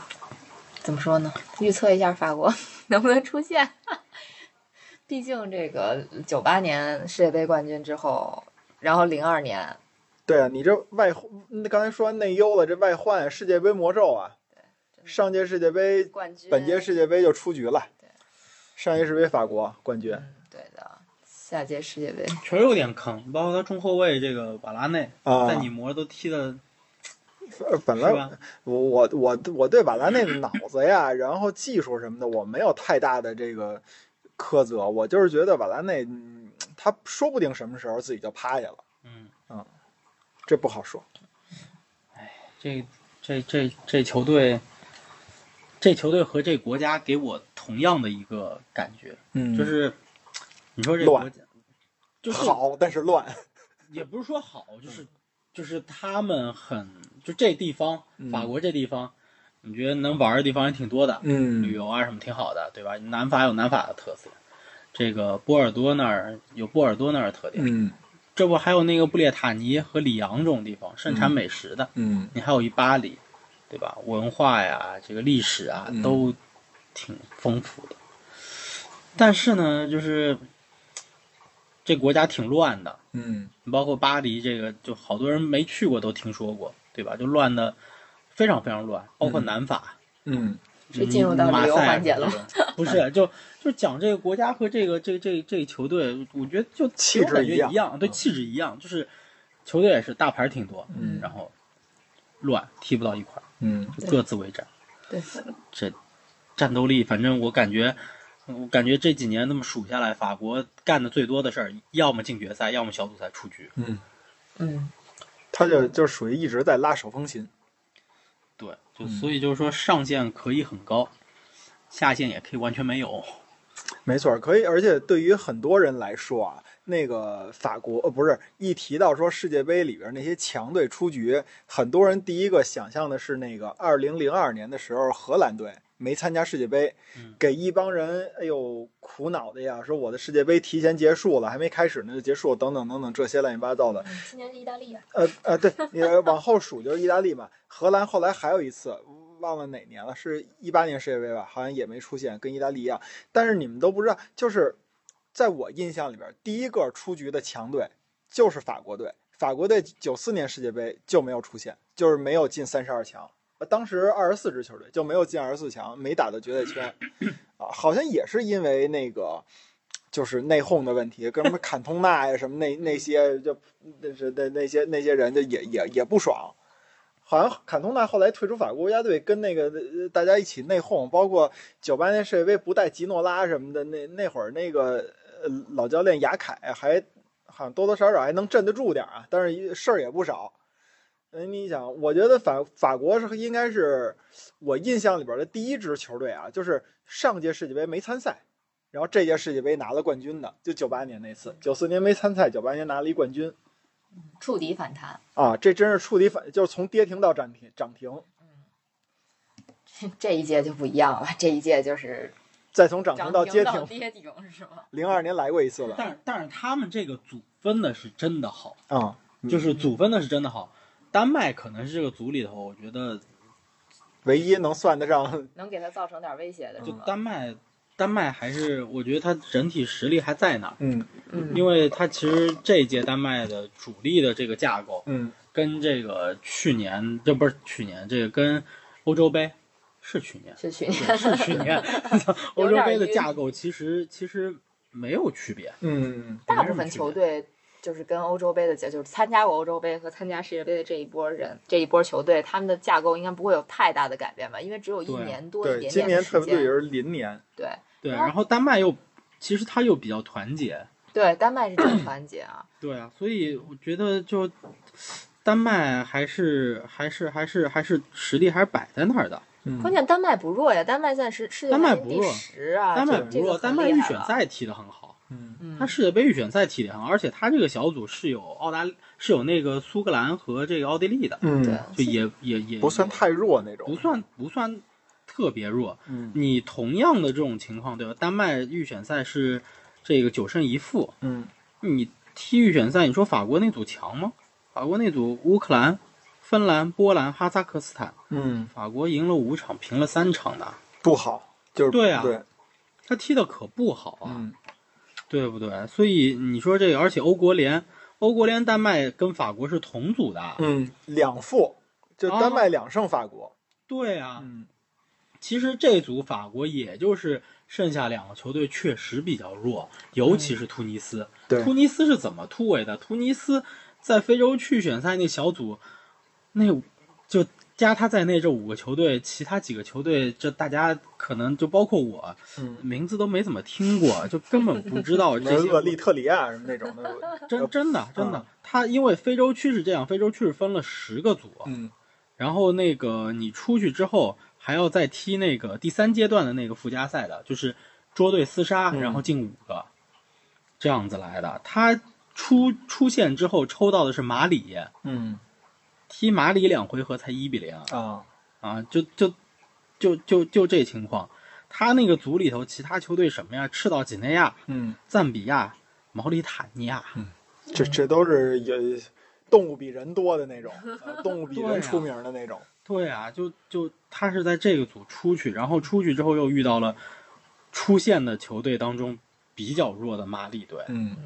怎么说呢？预测一下法国 *laughs* 能不能出现？毕竟这个九八年世界杯冠军之后，然后零二年，
对啊，你这外那刚才说完内忧了，这外患世界杯魔咒啊，
真的
上届世界杯、
冠军
本届世界杯就出局了
对，
上届世界杯法国冠军，
嗯，对的，下届世界杯
确实有点坑，包括他中后卫这个瓦拉内，
啊
在你模都踢的
呃本
是
来
吧？
我我我我对瓦拉内的脑子呀，然后技术什么的，我没有太大的这个苛责，我就是觉得瓦拉内、嗯他说不定什么时候自己就趴下了，
嗯，
这不好说。
这这这这球队，这球队和这国家给我同样的一个感觉，
嗯
就是你说这国
乱
家，就是
好，但是乱。
也不是说好，就是就是他们很就这地方
嗯，
法国这地方，你觉得能玩的地方也挺多的，旅
嗯，
游啊什么挺好的，对吧？南法有南法的特色，这个波尔多那儿有波尔多那儿的特点，
嗯
这不还有那个布列塔尼和里昂这种地方盛产美食的，
嗯
你还有一巴黎，对吧？文化呀，这个历史啊
嗯，
都挺丰富的。但是呢，就是这国家挺乱的，
嗯
包括巴黎这个，就好多人没去过都听说过，对吧？就乱的非常非常乱，包括南法。
嗯
是进入到旅游环节了
马
*laughs*
赛啊？不是，就就讲这个国家和这个这个这个这个球队，我觉得就
气质
给我感觉
一样
一样，对，气质一样，就是球队也是大牌挺多，
嗯
然后乱踢不到一块儿，
嗯
就各自为战，
对
这战斗力，反正我感觉。我感觉这几年那么数下来，法国干的最多的事儿，要么进决赛，要么小组赛出局。
嗯，
嗯，
他就就属于一直在拉手风琴。
对，就
嗯
所以就是说上限可以很高，下限也可以完全没有。 *laughs*
没错，可以。而且对于很多人来说啊，那个法国呃不是一提到说世界杯里边那些强队出局，很多人第一个想象的是那个二零零二年的时候荷兰队没参加世界杯，
嗯
给一帮人哎呦苦恼的呀，说我的世界杯提前结束了，还没开始呢就结束，等等等等这些乱七八糟的。
今年是意大利啊，
呃呃，对，你往后数就是意大利嘛，荷兰后来还有一次，忘了哪年了，是一八年世界杯吧，好像也没出现，跟意大利一样。但是你们都不知道，就是在我印象里边，第一个出局的强队就是法国队，法国队九四年世界杯就没有出现，就是没有进三十二强。呃当时二十四支球队就没有进二十四强，没打到决赛圈，啊，好像也是因为那个就是内讧的问题，跟什么坎通纳呀什么那那些就那是那那些那些人就也也也不爽。好像坎通纳后来退出法国国家队，跟那个呃大家一起内讧，包括九八年世界杯不带吉诺拉什么的，那那会儿那个呃老教练雅凯还好像多多少少还能镇得住点儿啊，但是事儿也不少。嗯，你想，我觉得法法国是应该是我印象里边的第一支球队啊，就是上届世界杯没参赛，然后这届世界杯拿了冠军的，就九八年那次，九四年没参赛，九八年拿了一冠军
触底反弹，
啊，这真是触底反，就是从跌停到涨停，涨停，
这一届就不一样了，这一届就是
再从涨停
涨
到
停
跌
到
停。
跌停是吗？
零二年来过一次了
但是但是他们这个组分的是真的好，
啊，嗯
就是组分的是真的好。丹麦可能是这个组里头，我觉得
唯一能算得上，
能给他造成点威胁的是
就
吗？
丹麦，丹麦还是我觉得他整体实力还在那儿，
嗯
嗯，
因为他其实这一届丹麦的主力的这个架构
嗯
跟这个去年这不是去年这个跟欧洲杯是去
*laughs*
年
是去年
对是去
*laughs*
年欧
有
洲
点
杯的
晕
架构其实其实没有区别，
嗯
大部分球队就是跟欧洲杯的结，就是参加过欧洲杯和参加世界杯的这一波人，这一波球队，他们的架构应该不会有太大的改变吧？因为只有一
对
年多一
对，
点
今
点
年
的
特
时
别队也
间。
是临年，
对
对，
然后
然后丹麦又其实他又比较团结，
对，丹麦是真团结啊！
对啊，所以我觉得就丹麦还是还是还是还是实力还是摆在那儿的。
嗯
关键丹麦不弱呀，丹麦现在是世界
丹麦
排名
不
第
弱
十啊，
丹麦
这
不
这个
弱，
很
丹麦
厉
预
害
选
了，
赛踢得很好，
嗯，
嗯
他世界杯预选赛踢得很好，而且他这个小组是有澳大利是有那个苏格兰和这个奥地利的，
对
嗯，，
就也也也
不算太弱那种，
不算不算特别弱。
嗯，
你同样的这种情况，对吧？丹麦预选赛是这个九胜一负，
嗯
你踢预选赛，你说法国那组强吗？法国那组乌克兰、芬兰、波兰、哈萨克斯坦，
嗯，
法国赢了五场，平了三场的，
不好，就是
对啊
对，
他踢的可不好啊，
嗯
对不对？所以你说这个，而且欧国联，欧国联丹麦跟法国是同组的，
嗯，两负，就丹麦两胜法国，
对哦啊。
嗯
其实这组法国也就是剩下两个球队确实比较弱，尤其是突尼斯。
对
突尼斯是怎么突围的？突尼斯在非洲区选赛那小组，那就加他在内这五个球队，其他几个球队这大家可能就包括我
嗯，
名字都没怎么听过，就根本不知
*laughs*
道
什么
这些
厄立特里亚什么那种
*laughs*
的，
真真的真的，他因为非洲区是这样，非洲区是分了十个组，
嗯
然后那个你出去之后还要再踢那个第三阶段的那个附加赛的，就是捉对厮杀，
嗯
然后进五个，这样子来的。他出出线之后抽到的是马里，
嗯
踢马里两回合才一比零
啊，
啊，就就就就就这情况。他那个组里头其他球队什么呀？赤道几内亚、
嗯，
赞比亚、毛里塔尼亚，
这这都是也动物比人多的那种，呃动物比人出名的那种，
对啊，就就他是在这个组出去，然后出去之后又遇到了出线的球队当中比较弱的马里队，
嗯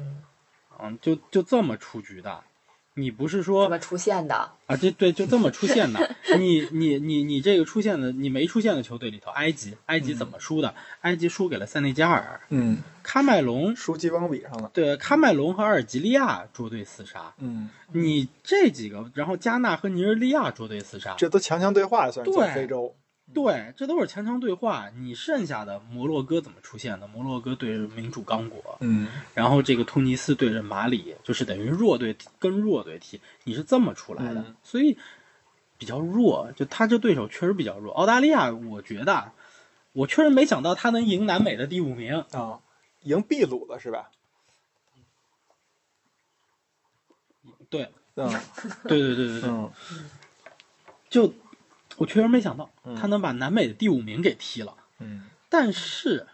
嗯，就就这么出局的。你不是
怎
说
么出现的？
啊，这对就这么出线的？你你你你这个出线的，你没出线的球队里头，埃及埃及怎么输的？埃及输给了塞内加尔，
嗯，
喀麦隆
输鸡翁比上了，
对喀麦隆和阿尔及利亚捉对厮杀，
嗯，
你这几个，然后加纳和尼日利亚捉对厮杀，
这都强强对话算是在
对
非洲，
对，这都是强强对话。你剩下的摩洛哥怎么出现的？摩洛哥对着民主刚果，
嗯
然后这个突尼斯对着马里，就是等于弱队跟弱队踢，你是这么出来的。
嗯
所以比较弱，就他这对手确实比较弱。澳大利亚，我觉得啊我确实没想到他能赢南美的第
*laughs*
五名。
啊，赢秘鲁了是吧？
对，
嗯
对对对对对，
嗯
就我确实没想到
嗯
他能把南美的第五名给踢了。
嗯，
但是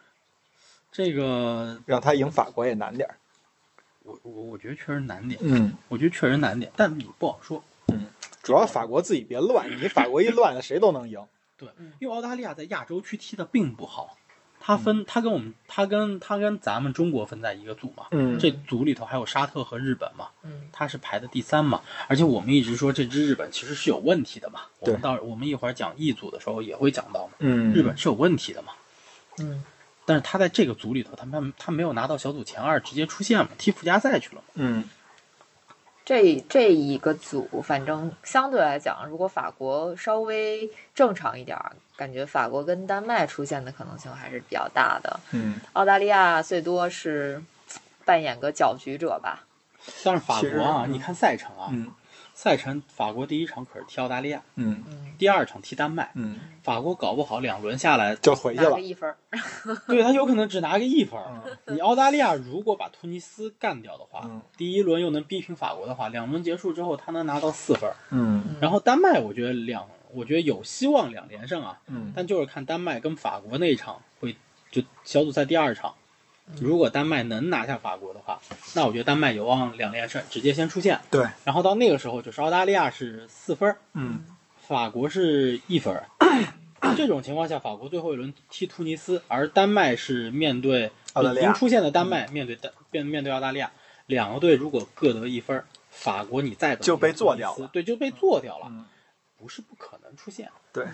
这个
让他赢法国也难点儿，
我我我觉得确实难点。
嗯。
我觉得确实难点，但你不好说，
主要法国自己别乱，你法国一乱 *laughs* 了，谁都能赢。嗯
因为澳大利亚在亚洲区踢的并不好，他
嗯
分他跟我们他跟他跟咱们中国分在一个组嘛，
嗯
这组里头还有沙特和日本嘛，
嗯，
他是排的第三嘛，而且我们一直说这支日本其实是有问题的嘛，我
对
们到我们一会儿讲 E 组的时候也会讲到嘛，
嗯
日本是有问题的嘛，
嗯，
但是他在这个组里头，他们他没有拿到小组前二，直接出线嘛，踢附加赛去了嘛，
嗯
这这一个组，反正相对来讲，如果法国稍微正常一点儿，感觉法国跟丹麦出现的可能性还是比较大的。
嗯，
澳大利亚最多是扮演个搅局者吧。
但是法
其实
国啊，
嗯
你看赛程啊，
嗯
赛程法国第一场可是踢澳大利亚，
嗯
嗯，
第二场踢丹麦。
嗯，
法国搞不好两轮下来，
就回去
拿
了
个。一分儿，
对他有可能只拿个一分儿。
嗯
你澳大利亚如果把突尼斯干掉的话，
嗯
第一轮又能逼平法国的话，两轮结束之后他能拿到四分儿。
嗯
然后丹麦，我觉得两，我觉得有希望两连胜啊，
嗯
但就是看丹麦跟法国那一场会就小组赛第二场，
嗯
如果丹麦能拿下法国的话，那我觉得丹麦有望两连胜，直接先出线。
对，
然后到那个时候就是澳大利亚是四分儿，
嗯
法国是一
*coughs*
分儿。这种情况下，法国最后一轮踢突尼斯，而丹麦是面对
澳大利
已
亚嗯
经出现的丹麦，面对丹面面对澳大利亚，两个队如果各得一分儿，法国你再怎么
就被
赢突尼斯
做掉了
对，就被做掉了，
嗯，
不是不可能出现。
对，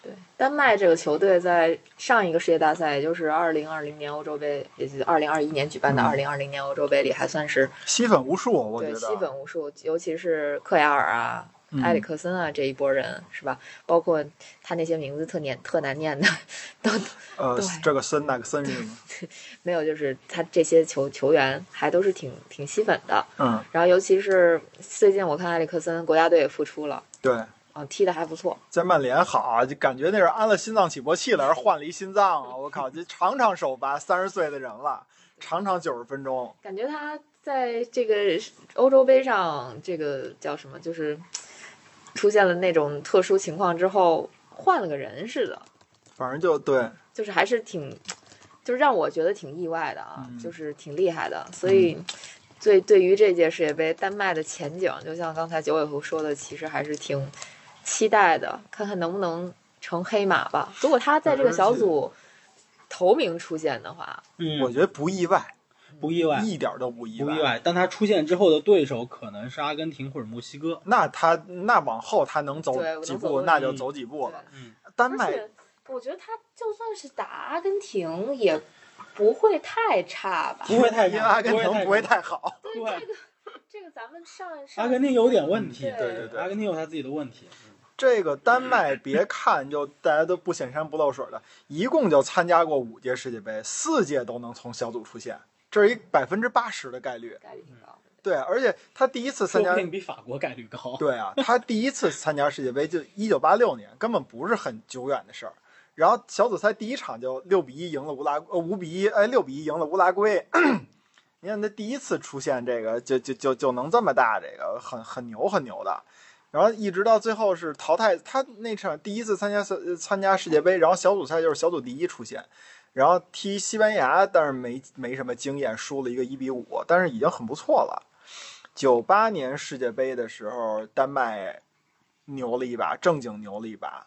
对，丹麦这个球队在上一个世界大赛，也就是二零二零年欧洲杯，也就是二零二一年举办的
嗯
二零二零年欧洲杯里，还算是
吸粉无数，我觉得
对吸粉无数，尤其是克雅尔啊、
嗯
埃里克森啊这一波人，是吧？包括他那些名字特念特难念的，都
呃
对，
这个森那个森是吗？
没有，就是他这些球球员还都是挺挺吸粉的。
嗯，
然后尤其是最近我看埃里克森国家队也复出了，
对，
啊，踢的还不错。
在曼联好啊，就感觉那是安了心脏起搏器了，而换了一心脏啊！我靠，这场场首发，三十岁的人了，场场九十分钟，
感觉他在这个欧洲杯上，这个叫什么，就是出现了那种特殊情况之后，换了个人似的，
反正就对，
就是还是挺，就是让我觉得挺意外的啊，
嗯
就是挺厉害的。所以，对对于这届世界杯，丹麦的前景，就像刚才九尾狐说的，其实还是挺期待的，看看能不能成黑马吧。如果他在这个小组头名出现的话，
我
嗯，
觉得不意外，
不意外，
一点儿都不意
不意外。但他出现之后的对手可能是阿根廷或者墨西哥。
那他那往后他能走
对我能
几
走
步，
多
那
远
就走几步了。
嗯，
丹
而
麦
且我觉得他就算是打阿根廷也不会太差吧。
不会太
因为
差，
阿根廷不
不
会
会
太好，
差对，
这个咱们上上
阿根廷有点问题，
对对
对
嗯对
阿根廷有他自己的问题。
这个丹
*laughs*
麦别看就大家都不显山不露水的，一共就参加过五届世界杯，四届都能从小组出线，这是一百分之八十的概率。
概率挺高的，
对，而且他第一次
说
参加
不，定比法国概率高。
对啊，他第一次参加世界杯就一九八六年，根本不是很久远的事儿。然后小组赛第一场就六比一赢了乌拉，呃五比一，哎六比一赢了乌拉圭。 *clears throat* 你看他第一次出现这个，就就就就能这么大，这个很很牛很牛的。然后一直到最后是淘汰，他那场第一次参加世呃参加世界杯，然后小组赛就是小组第一出现，然后踢西班牙，但是没没什么经验，输了一个一比五，但是已经很不错了。九八年世界杯的时候，丹麦牛了一把，正经牛了一把，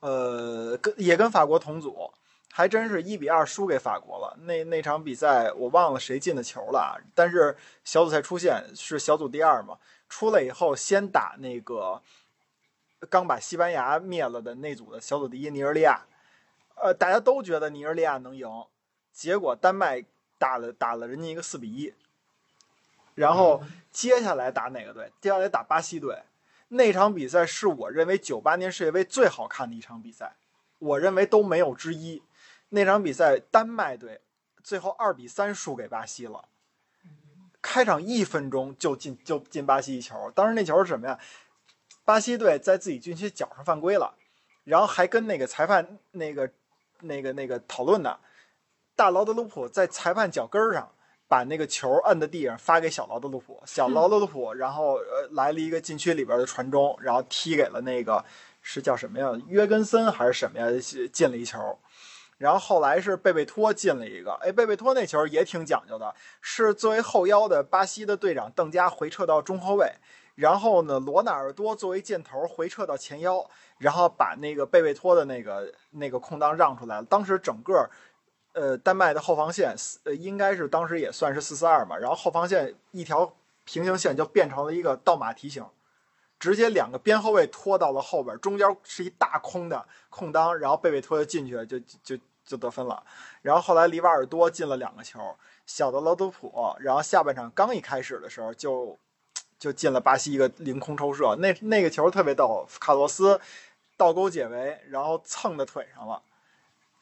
呃，跟也跟法国同组，还真是一比二输给法国了。那那场比赛我忘了谁进的球了啊，但是小组赛出线是小组第二嘛，出来以后先打那个刚把西班牙灭了的那组的小组第一尼日利亚，呃，大家都觉得尼日利亚能赢，结果丹麦打了打了人家一个四比一，然后接下来打哪个队？接下来打巴西队。那场比赛是我认为九八年世界杯最好看的一场比赛，我认为都没有之一。那场比赛丹麦队最后二比三输给巴西了，开场一分钟就进就进巴西一球，当时那球是什么呀？巴西队在自己禁区角上犯规了，然后还跟那个裁判那个那个那个讨论呢。大劳德鲁普在裁判脚跟儿上把那个球摁在地上发给小劳德鲁普，小劳德鲁普然后呃来了一个禁区里边的传中，然后踢给了那个是叫什么呀？约根森还是什么呀？是进了一球。然后后来是贝贝托进了一个，哎，贝贝托那球也挺讲究的，是作为后腰的巴西的队长邓加回撤到中后卫，然后呢，罗纳尔多作为箭头回撤到前腰，然后把那个贝贝托的那个那个空当让出来了。当时整个呃丹麦的后防线，四呃应该是当时也算是四四二嘛，然后后防线一条平行线就变成了一个倒马蹄形，直接两个边后卫拖到了后边，中间是一大空的空当，然后贝贝托就进去了就就就就得分了。然后后来里瓦尔多进了两个球，小的劳德普，然后下半场刚一开始的时候就就进了巴西一个凌空抽射，那那个球特别逗，卡洛斯倒钩解围，然后蹭在腿上了。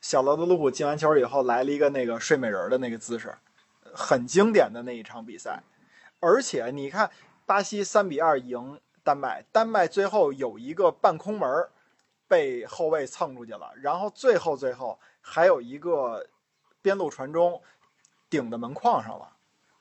小劳德鲁普进完球以后，来了一个那个睡美人儿的那个姿势，很经典的那一场比赛。而且你看，巴西三比二赢丹麦，丹麦最后有一个半空门儿被后卫蹭出去了，然后最后最后还有一个边路传中顶在门框上了。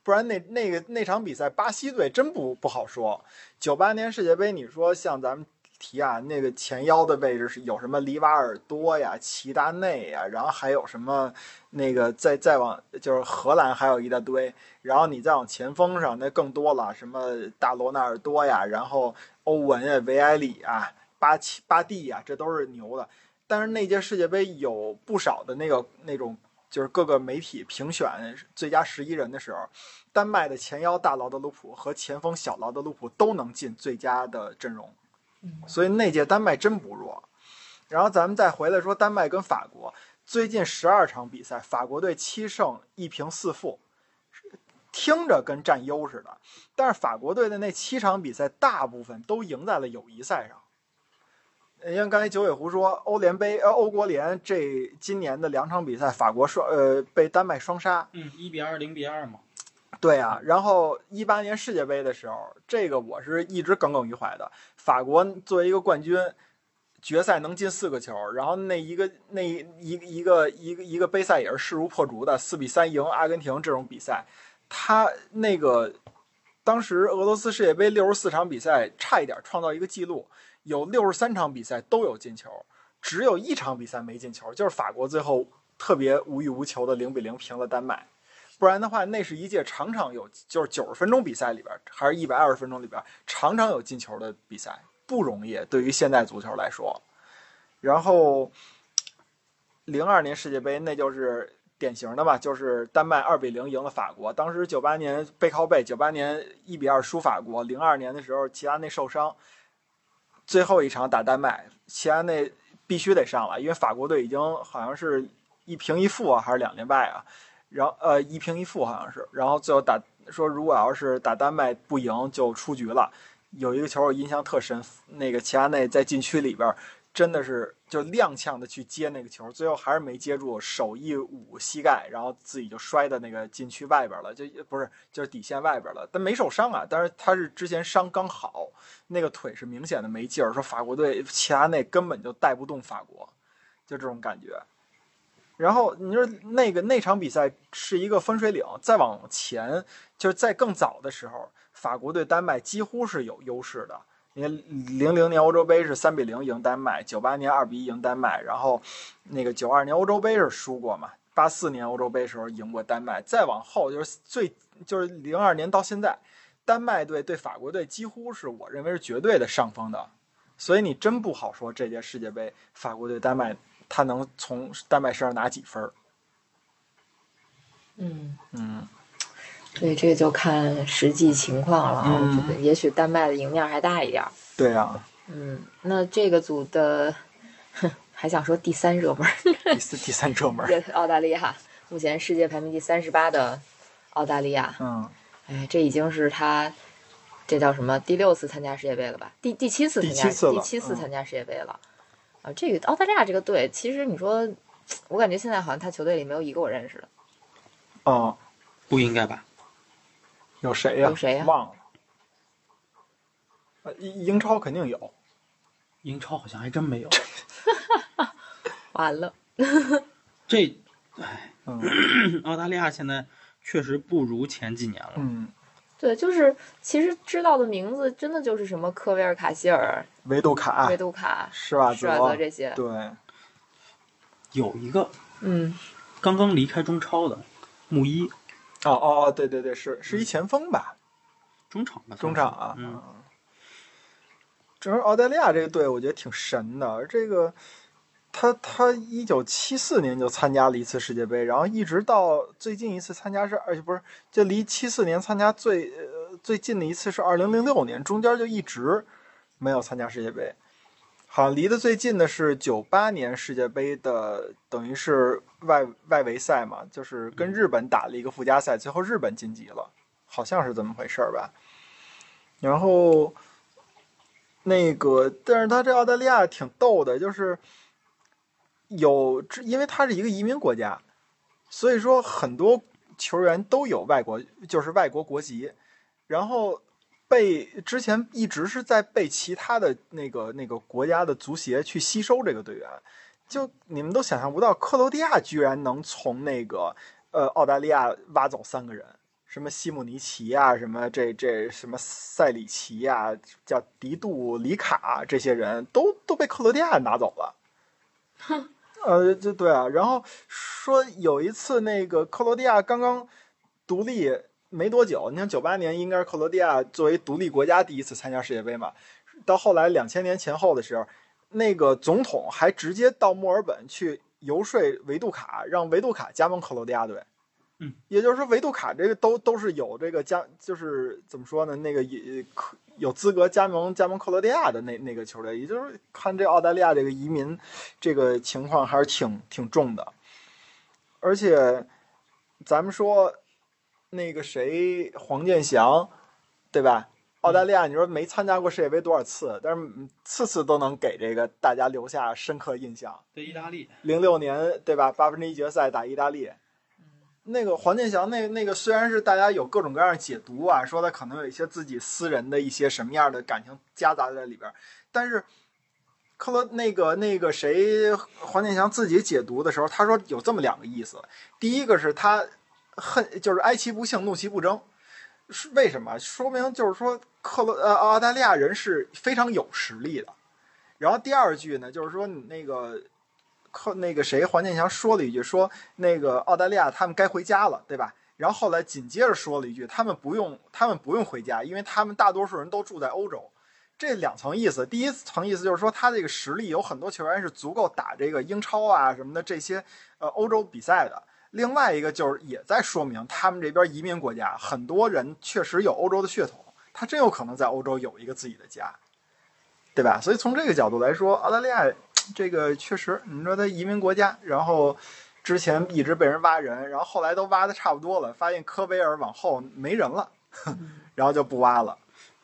不然那那个那场比赛，巴西队真不不好说。九八年世界杯，你说像咱们提啊，那个前腰的位置是有什么里瓦尔多呀、齐达内呀，然后还有什么那个再再往就是荷兰还有一大堆，然后你再往前锋上那更多了，什么大罗纳尔多呀，然后欧文呀、维埃里啊、巴奇巴蒂呀，这都是牛的。但是那届世界杯有不少的那个那种就是各个媒体评选最佳十一人的时候，丹麦的前腰大劳德鲁普和前锋小劳德鲁普都能进最佳的阵容，所以那届丹麦真不弱。然后咱们再回来说丹麦跟法国，最近十二场比赛，法国队七胜一平四负，听着跟占优似的，但是法国队的那七场比赛大部分都赢在了友谊赛上。呃因为刚才九尾狐说欧联杯，呃，欧国联这今年的两场比赛，法国双呃被丹麦双杀，
嗯，一比二，零比二嘛。
对啊，然后一八年世界杯的时候，这个我是一直耿耿于怀的。法国作为一个冠军，决赛能进四个球，然后那一个那一一个一个一个一个杯赛也是势如破竹的，四比三赢阿根廷这种比赛，他那个当时俄罗斯世界杯六十四场比赛，差一点创造一个记录，有六十三场比赛都有进球，只有一场比赛没进球，就是法国最后特别无欲无求的零比零平了丹麦。不然的话，那是一届场场有，就是九十分钟比赛里边，还是一百二十分钟里边，场场有进球的比赛，不容易。对于现代足球来说，然后零二年世界杯那就是典型的嘛，就是丹麦二比零赢了法国。当时九八年背靠背，九八年一比二输法国，零二年的时候齐达内受伤，最后一场打丹麦，齐达内必须得上了，因为法国队已经好像是一平一负啊，还是两连败啊。然后呃一平一负好像是，然后最后打说如果要是打丹麦不赢就出局了。有一个球我印象特深，那个齐达内在禁区里边儿真的是就踉跄的去接那个球，最后还是没接住，手一捂膝盖，然后自己就摔到那个禁区外边了，就不是就是底线外边了，但没受伤啊，但是他是之前伤刚好，那个腿是明显的没劲儿，说法国队齐达内根本就带不动法国，就这种感觉。然后你说那个那场比赛是一个分水岭，再往前就是在更早的时候，法国对丹麦几乎是有优势的。你看零零年欧洲杯是三比零赢丹麦，九八年二比一赢丹麦，然后那个九二年欧洲杯是输过嘛，八四年欧洲杯时候赢过丹麦。再往后就是最就是零二年到现在，丹麦队对法国队几乎是我认为是绝对的上风的，所以你真不好说这届世界杯法国对丹麦他能从丹麦身上拿几分儿？
嗯，
嗯，
对，这就看实际情况了啊。
嗯
我觉得也许丹麦的赢面还大一点儿。
对啊，
嗯，那这个组的，哼，还想说第三热门儿，
*laughs*
*laughs*
第四第三热门儿。
也是澳大利亚，目前世界排名第三十八的澳大利亚，
嗯，
哎，这已经是他这叫什么第六次参加世界杯了吧？第第七次参加
第七次了
次
嗯
参加世界杯了、啊！这个澳大利亚这个队，其实你说，我感觉现在好像他球队里没有一个我认识的，
哦，
不应该吧？
有谁呀、
有谁呀
忘了。呃英英超肯定有，
英超好像还真没有。
完了，
这
嗯
澳大利亚现在确实不如前几年了。
嗯，
对，就是其实知道的名字真的就是什么科威尔卡希尔、
维杜卡
维、杜卡、
施瓦
施瓦泽这些，
啊对，
有一个
嗯，
刚刚离开中超的穆一，
哦哦哦，对对对，是是一前锋吧，
中场吧，
中场啊。
嗯，
整个澳大利亚这个队，我觉得挺神的。这个他他一九七四年就参加了一次世界杯，然后一直到最近一次参加是，而且不是，就离七四年参加最呃最近的一次是二零零六年，中间就一直没有参加世界杯。好像离得最近的是九八年世界杯的，等于是外外围赛嘛，就是跟日本打了一个附加赛，最后日本晋级了，好像是这么回事儿吧。然后那个，但是他这澳大利亚挺逗的，就是有这，因为它是一个移民国家，所以说很多球员都有外国，就是外国国籍，然后被之前一直是在被其他的那个那个国家的足协去吸收这个队员，就你们都想象不到，克罗地亚居然能从那个呃澳大利亚挖走三个人。什么西姆尼奇啊，什么这这什么塞里奇啊，叫迪杜里卡啊这些人都都被克罗地亚拿走了。呃，这对啊，然后说有一次那个克罗地亚刚刚独立没多久，你看九八年应该是克罗地亚作为独立国家第一次参加世界杯嘛，到后来两千年前后的时候，那个总统还直接到墨尔本去游说维杜卡，让维杜卡加盟克罗地亚队。
嗯，
也就是说维杜卡这个都都是有这个加，就是怎么说呢？那个也可有资格加盟加盟克罗地亚的那那个球队，也就是看这澳大利亚这个移民这个情况还是挺挺重的，而且咱们说那个谁黄健翔，对吧？澳大利亚，你说没参加过世界杯多少次，但是次次都能给这个大家留下深刻印象。
对意大利，
零六年对吧？八分之一决赛打意大利，那个黄健翔那那个虽然是大家有各种各样的解读啊，说他可能有一些自己私人的一些什么样的感情夹杂在里边儿，但是克罗那个那个谁黄健翔自己解读的时候，他说有这么两个意思，第一个是他恨就是哀其不幸，怒其不争。是为什么？说明就是说，克罗呃澳大利亚人是非常有实力的。然后第二句呢，就是说你那个克那个谁黄健翔说了一句说那个澳大利亚他们该回家了，对吧？然后后来紧接着说了一句，他们不用他们不用回家，因为他们大多数人都住在欧洲。这两层意思，第一层意思就是说他这个实力有很多球员是足够打这个英超啊什么的这些呃欧洲比赛的。另外一个就是也在说明他们这边移民国家很多人确实有欧洲的血统，他真有可能在欧洲有一个自己的家，对吧？所以从这个角度来说，澳大利亚这个确实，你说他移民国家，然后之前一直被人挖人，然后后来都挖的差不多了，发现科威尔往后没人了，然后就不挖了。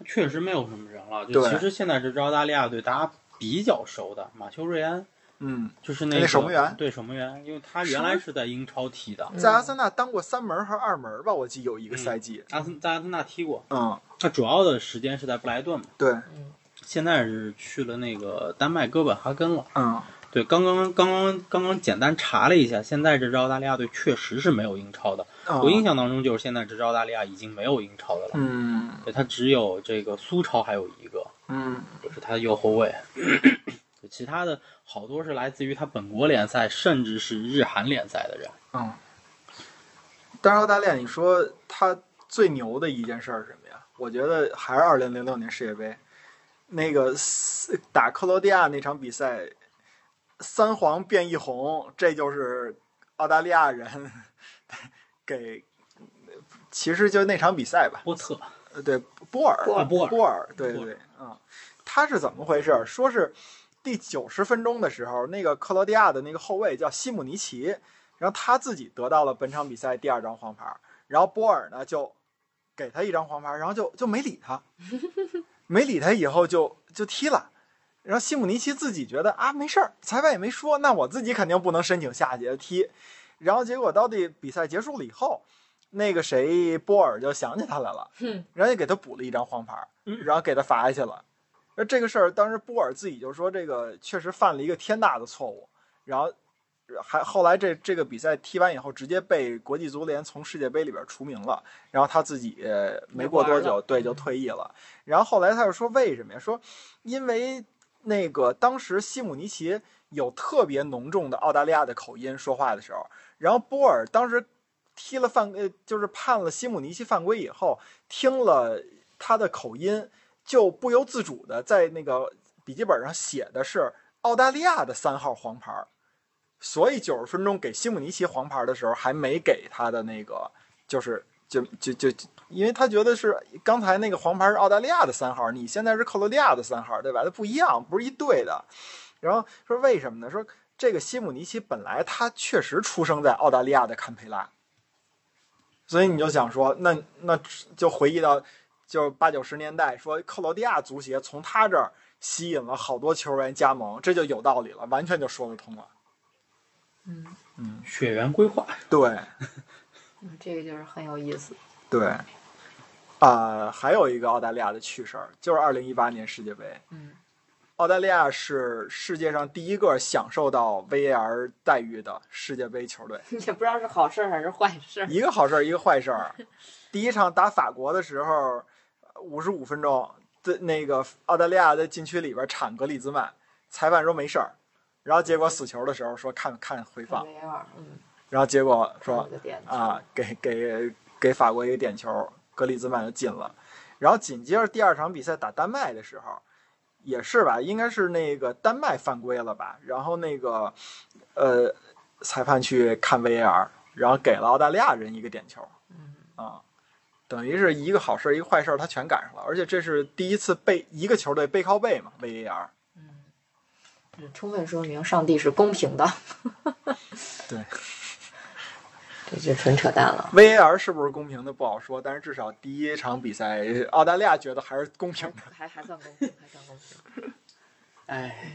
确实没有什么人了。就
对
其实现在这支澳大利亚队，大家比较熟的马修瑞安，
嗯，
就是那
那
个
守门员
对守门员，因为他原来是在英超踢的，
在阿森纳当过三门和二门吧，我记得有一
嗯
个赛季。
阿森在阿森纳踢过。
嗯，
他主要的时间是在布莱顿嘛，
对，
嗯，
现在是去了那个丹麦哥本哈根了。
嗯，
对，刚刚刚刚刚刚简单查了一下，现在这支澳大利亚队确实是没有英超的。
嗯
啊
我印象当中就是现在这支澳大利亚已经没有英超的了，
嗯
对，它只有这个苏超还有一个，
嗯，
就是他的右后卫。对其他的好多是来自于他本国联赛，甚至是日韩联赛的人。
嗯，但是澳大利亚，你说他最牛的一件事儿是什么呀？我觉得还是二零零六年世界杯，那个斯打克罗地亚那场比赛，三黄变一红，这就是澳大利亚人 *laughs* 给，其实就那场比赛吧，
波特，
呃对，波尔，
波尔
波
波
尔，
尔
对
波
对
尔
对，嗯，他是怎么回事儿？说是第九十分钟的时候，那个克罗地亚的那个后卫叫西姆尼奇，然后他自己得到了本场比赛第二张黄牌，然后波尔呢就给他一张黄牌，然后就就没理
*laughs*
他，没理他以后就就踢了。然后西姆尼奇自己觉得啊没事儿，裁判也没说，那我自己肯定不能申请下节踢。然后结果到底比赛结束了以后，那个谁波尔就想起他来了，
嗯
然后就给他补了一张黄牌，
嗯
然后给他罚下去了。而这个事儿，当时波尔自己就说这个确实犯了一个天大的错误，然后还后来这这个比赛踢完以后，直接被国际足联从世界杯里边除名了。然后他自己呃没过多久，对，就退役了。然后后来他又说为什么呀？说因为那个当时西姆尼奇有特别浓重的澳大利亚的口音说话的时候，然后波尔当时踢了犯呃就是判了西姆尼奇犯规以后，听了他的口音，就不由自主的在那个笔记本上写的是澳大利亚的三号黄牌儿，所以九十分钟给西姆尼奇黄牌儿的时候还没给他的那个，就是就就就，就因为他觉得是刚才那个黄牌是澳大利亚的三号，你现在是克罗地亚的三号，对吧？它不一样，不是一队的。然后说为什么呢？说这个西姆尼奇本来他确实出生在澳大利亚的堪培拉，所以你就想说，那那就回忆到就是八九十年代，说克罗地亚足协从他这儿吸引了好多球员加盟，这就有道理了，完全就说得通了。
嗯
嗯，
血缘规划，
对
嗯，这个就是很有意思。
对，啊、还有一个澳大利亚的趣事儿，就是二零一八年世界杯，
嗯 *laughs*
澳大利亚是世界上第一个享受到 VAR 待遇的世界杯球队。
也不知道是好事儿还是坏事儿。
一个好事儿，一个坏事儿。第一场打法国的时候，五十五分钟，对那个澳大利亚在禁区里边铲格里兹曼，裁判说没事儿，然后结果死球的时候说看看回放，
没二，嗯，
然后结果说
这个点子
啊，，给给给法国一个点球，格里兹曼就进了。然后紧接着第二场比赛打丹麦的时候，也是吧，应该是那个丹麦犯规了吧？然后那个呃，裁判去看 VAR，然后给了澳大利亚人一个点球
嗯，
啊，等于是一个好事儿一个坏事儿他全赶上了，而且这是第一次背一个球队背靠背嘛，VAR。
嗯充分说明上帝是公平的。
*laughs* 对，
这就纯扯淡了。
VAR 是不是公平的不好说，但是至少第一场比赛澳大利亚觉得还是公平的。
还还算公平，还算公平。
哎，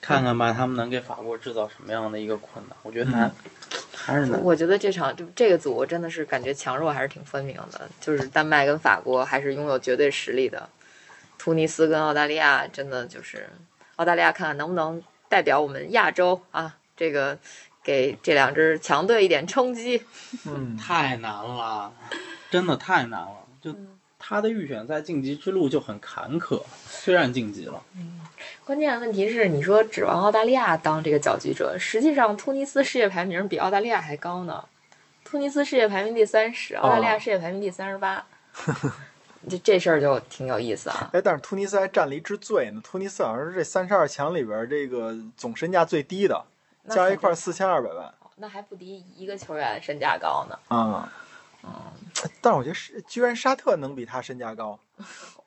看看吧，他们能给法国制造什么样的一个困难？我觉得难， *laughs* 还是难。
嗯我觉得这场就这个组，我真的是感觉强弱还是挺分明的。就是丹麦跟法国还是拥有绝对实力的，突尼斯跟澳大利亚真的就是澳大利亚，看看能不能代表我们亚洲啊，这个给这两支强队一点冲击。
嗯，
太难了，真的太难了。就
嗯
他的预选赛晋级之路就很坎坷，虽然晋级了，
关键问题是，你说指望澳大利亚当这个搅局者，实际上突尼斯世界排名比澳大利亚还高呢。突尼斯世界排名第三十，澳大利亚世界排名第三十八。 *laughs* 这这事儿就挺有意思啊。
*laughs* 哎，但是突尼斯还占了一之最呢。突尼斯好像是这三十二强里边这个总身价最低的，
那
加
还
一块四千二百万。
那还不敌一个球员身价高呢。
啊、但是我觉得是，居然沙特能比他身价高。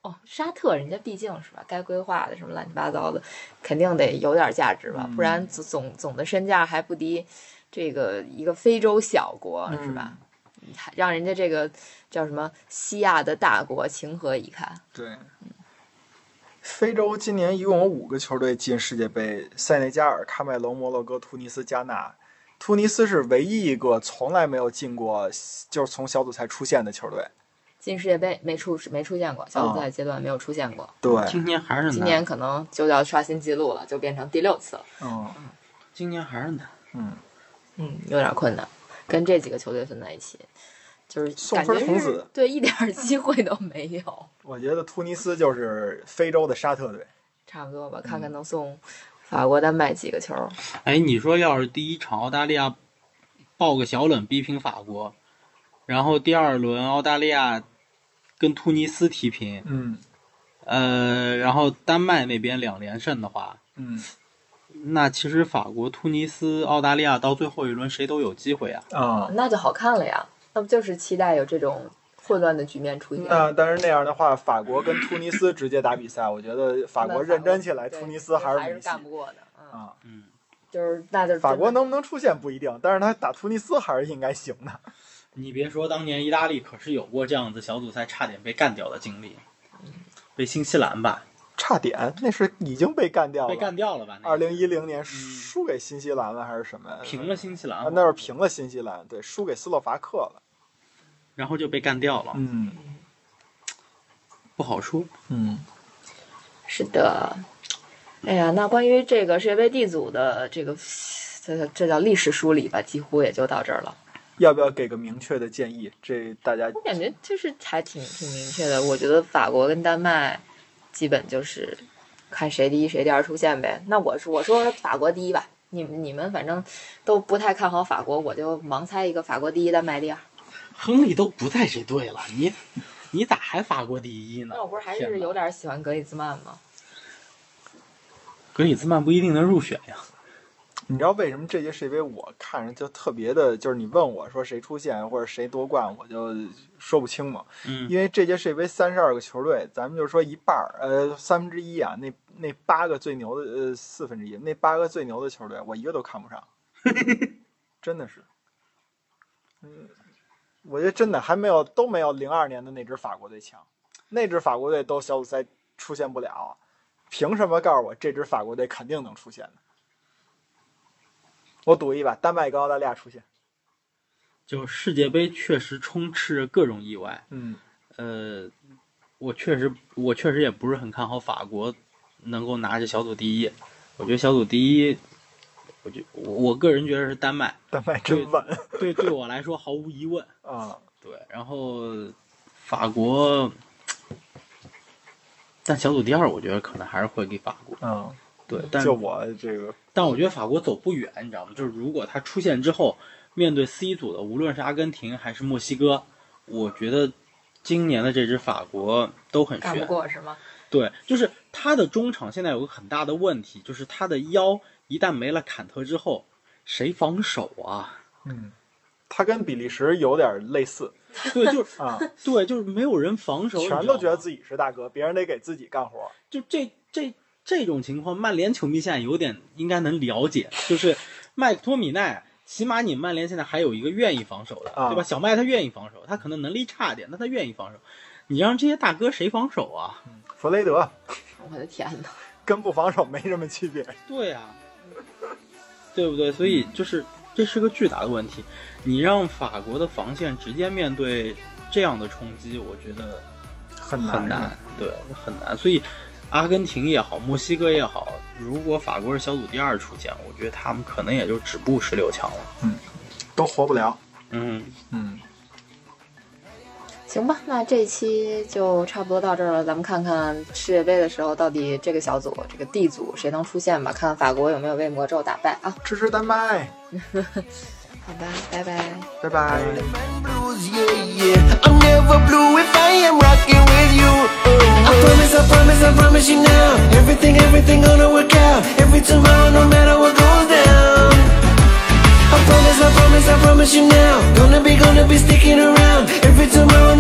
哦，沙特人家毕竟是吧，该规划的什么乱七八糟的，肯定得有点价值吧，
嗯
不然总总总的身价还不敌这个一个非洲小国、
嗯
是吧？你还让人家这个叫什么西亚的大国情何以堪？
对，非洲今年一共有五个球队进世界杯：塞内加尔、喀麦隆、摩洛哥、突尼斯、加纳。突尼斯是唯一一个从来没有进过，就是从小组赛出现的球队。
进世界杯没出没出现过，小组赛
哦
阶段没有出现过，
对，
今年还是难，
今年可能就要刷新记录了，就变成第六次了。
嗯
今年还是难。
嗯，
嗯，有点困难，跟这几个球队分在一起，就是
送
感
分
觉
童
是
子
对一点儿机会都没有。
我觉得突尼斯就是非洲的沙特队。
差不多吧，看
嗯
看能送法国、丹麦几个球。
哎，你说要是第一场澳大利亚爆个小冷逼平法国，然后第二轮澳大利亚跟突尼斯踢平，
嗯
呃，然后丹麦那边两连胜的话，
嗯
那其实法国、突尼斯、澳大利亚到最后一轮谁都有机会啊。
啊。
那就好看了呀。那不就是期待有这种混乱的局面出现？
那但是那样的话，法国跟突尼斯直接打比赛，我觉得法
那
国认真起来，
对
突尼斯还
还
是
是
没戏
干不过的。嗯，
啊。
嗯，
就是那就是
法国能不能出现不一定，但是他打突尼斯还是应该行的。
你别说，当年意大利可是有过这样子小组赛差点被干掉的经历，被新西兰吧，
差点，那是已经被干掉
被干
了。
掉了吧？那
二
个
零一零年输给新西兰了还是什么？
平了新西兰
啊，，那是平了新西兰，对，输给斯洛伐克了。
然后就被干掉了，
嗯
不好说。
嗯，
是的。哎呀，那关于这个世界杯 D 组的这个，这这叫历史梳理吧，几乎也就到这儿了。
要不要给个明确的建议？这大家
我感觉就是还挺挺明确的。我觉得法国跟丹麦基本就是看谁第一谁第二出现呗。那我说我说法国第一吧，你们你们反正都不太看好法国，我就盲猜一个法国第一，丹麦第二。
亨利都不在这队了，你你咋还法国第一呢？
那我不是还
天
是
哪
有点喜欢格里兹曼吗？
格里兹曼不一定能入选呀。
你知道为什么这届世界杯我看着就特别的，就是你问我说谁出线或者谁夺冠，我就说不清嘛。
嗯
因为这届世界杯三十二个球队，咱们就说一半儿，呃，三分之一啊，那那八个最牛的，呃，四分之一，那八个最牛的球队，我一个都看不上，真的是。嗯，我觉得真的还没有都没有零二年的那支法国队强，那支法国队都小组赛出现不了，凭什么告诉我这支法国队肯定能出现呢？我赌一把，丹麦跟澳大利亚出现。
就世界杯确实充斥着各种意外。
嗯
呃，我确实我确实也不是很看好法国能够拿着小组第一。我觉得小组第一，我觉我我个人觉得是丹麦，
丹麦真稳
对对我来说毫无疑问。
啊！
对，然后法国，但小组第二，我觉得可能还是会给法国。
嗯，
对，但
就我这个
但我觉得法国走不远，你知道吗？就是如果他出现之后，面对 C 组的，无论是阿根廷还是墨西哥，我觉得今年的这支法国都很
干不
悬。
过是吗？
对，就是他的中场现在有个很大的问题，就是他的腰一旦没了坎特之后，谁防守啊？ *laughs*
嗯，他跟比利时有点类似
对，就
*laughs*
是
啊，
对，就是没有人防守，
全都觉得
己
自己是大哥，别人得给自己干活。
就这这这种情况，曼联球迷现在有点应该能了解，就是麦克托米奈，起码你曼联现在还有一个愿意防守的，
啊
对吧？小麦他愿意防守，他可能能力差点，但他愿意防守。你让这些大哥谁防守啊？
弗雷德
我的天呐，
跟不防守没什么区别。
对呀、 *laughs* 对不对？所以就是这是个巨大的问题。你让法国的防线直接面对这样的冲击，我觉得
很
很难，对，很难。所以，阿根廷也好，墨西哥也好，如果法国是小组第二出现，我觉得他们可能也就止步十六强了。
都活不了。
嗯，
嗯，
行吧，那这一期就差不多到这儿了。咱们看看世界杯的时候，到底这个小组、这个 D 组谁能出现吧？看看法国有没有被魔咒打败啊！
支持丹麦，
好吧，拜拜。
拜拜。
Man blues, yeah, yeah. I'm never blue if I am rocking with you. Oh, I promise, I promise, I promise you now. Everything, everything gonna work out. Every tomorrow, no matter what goes down. I promise, I promise, I promise you now. Gonna be, gonna be sticking around. Every tomorrow,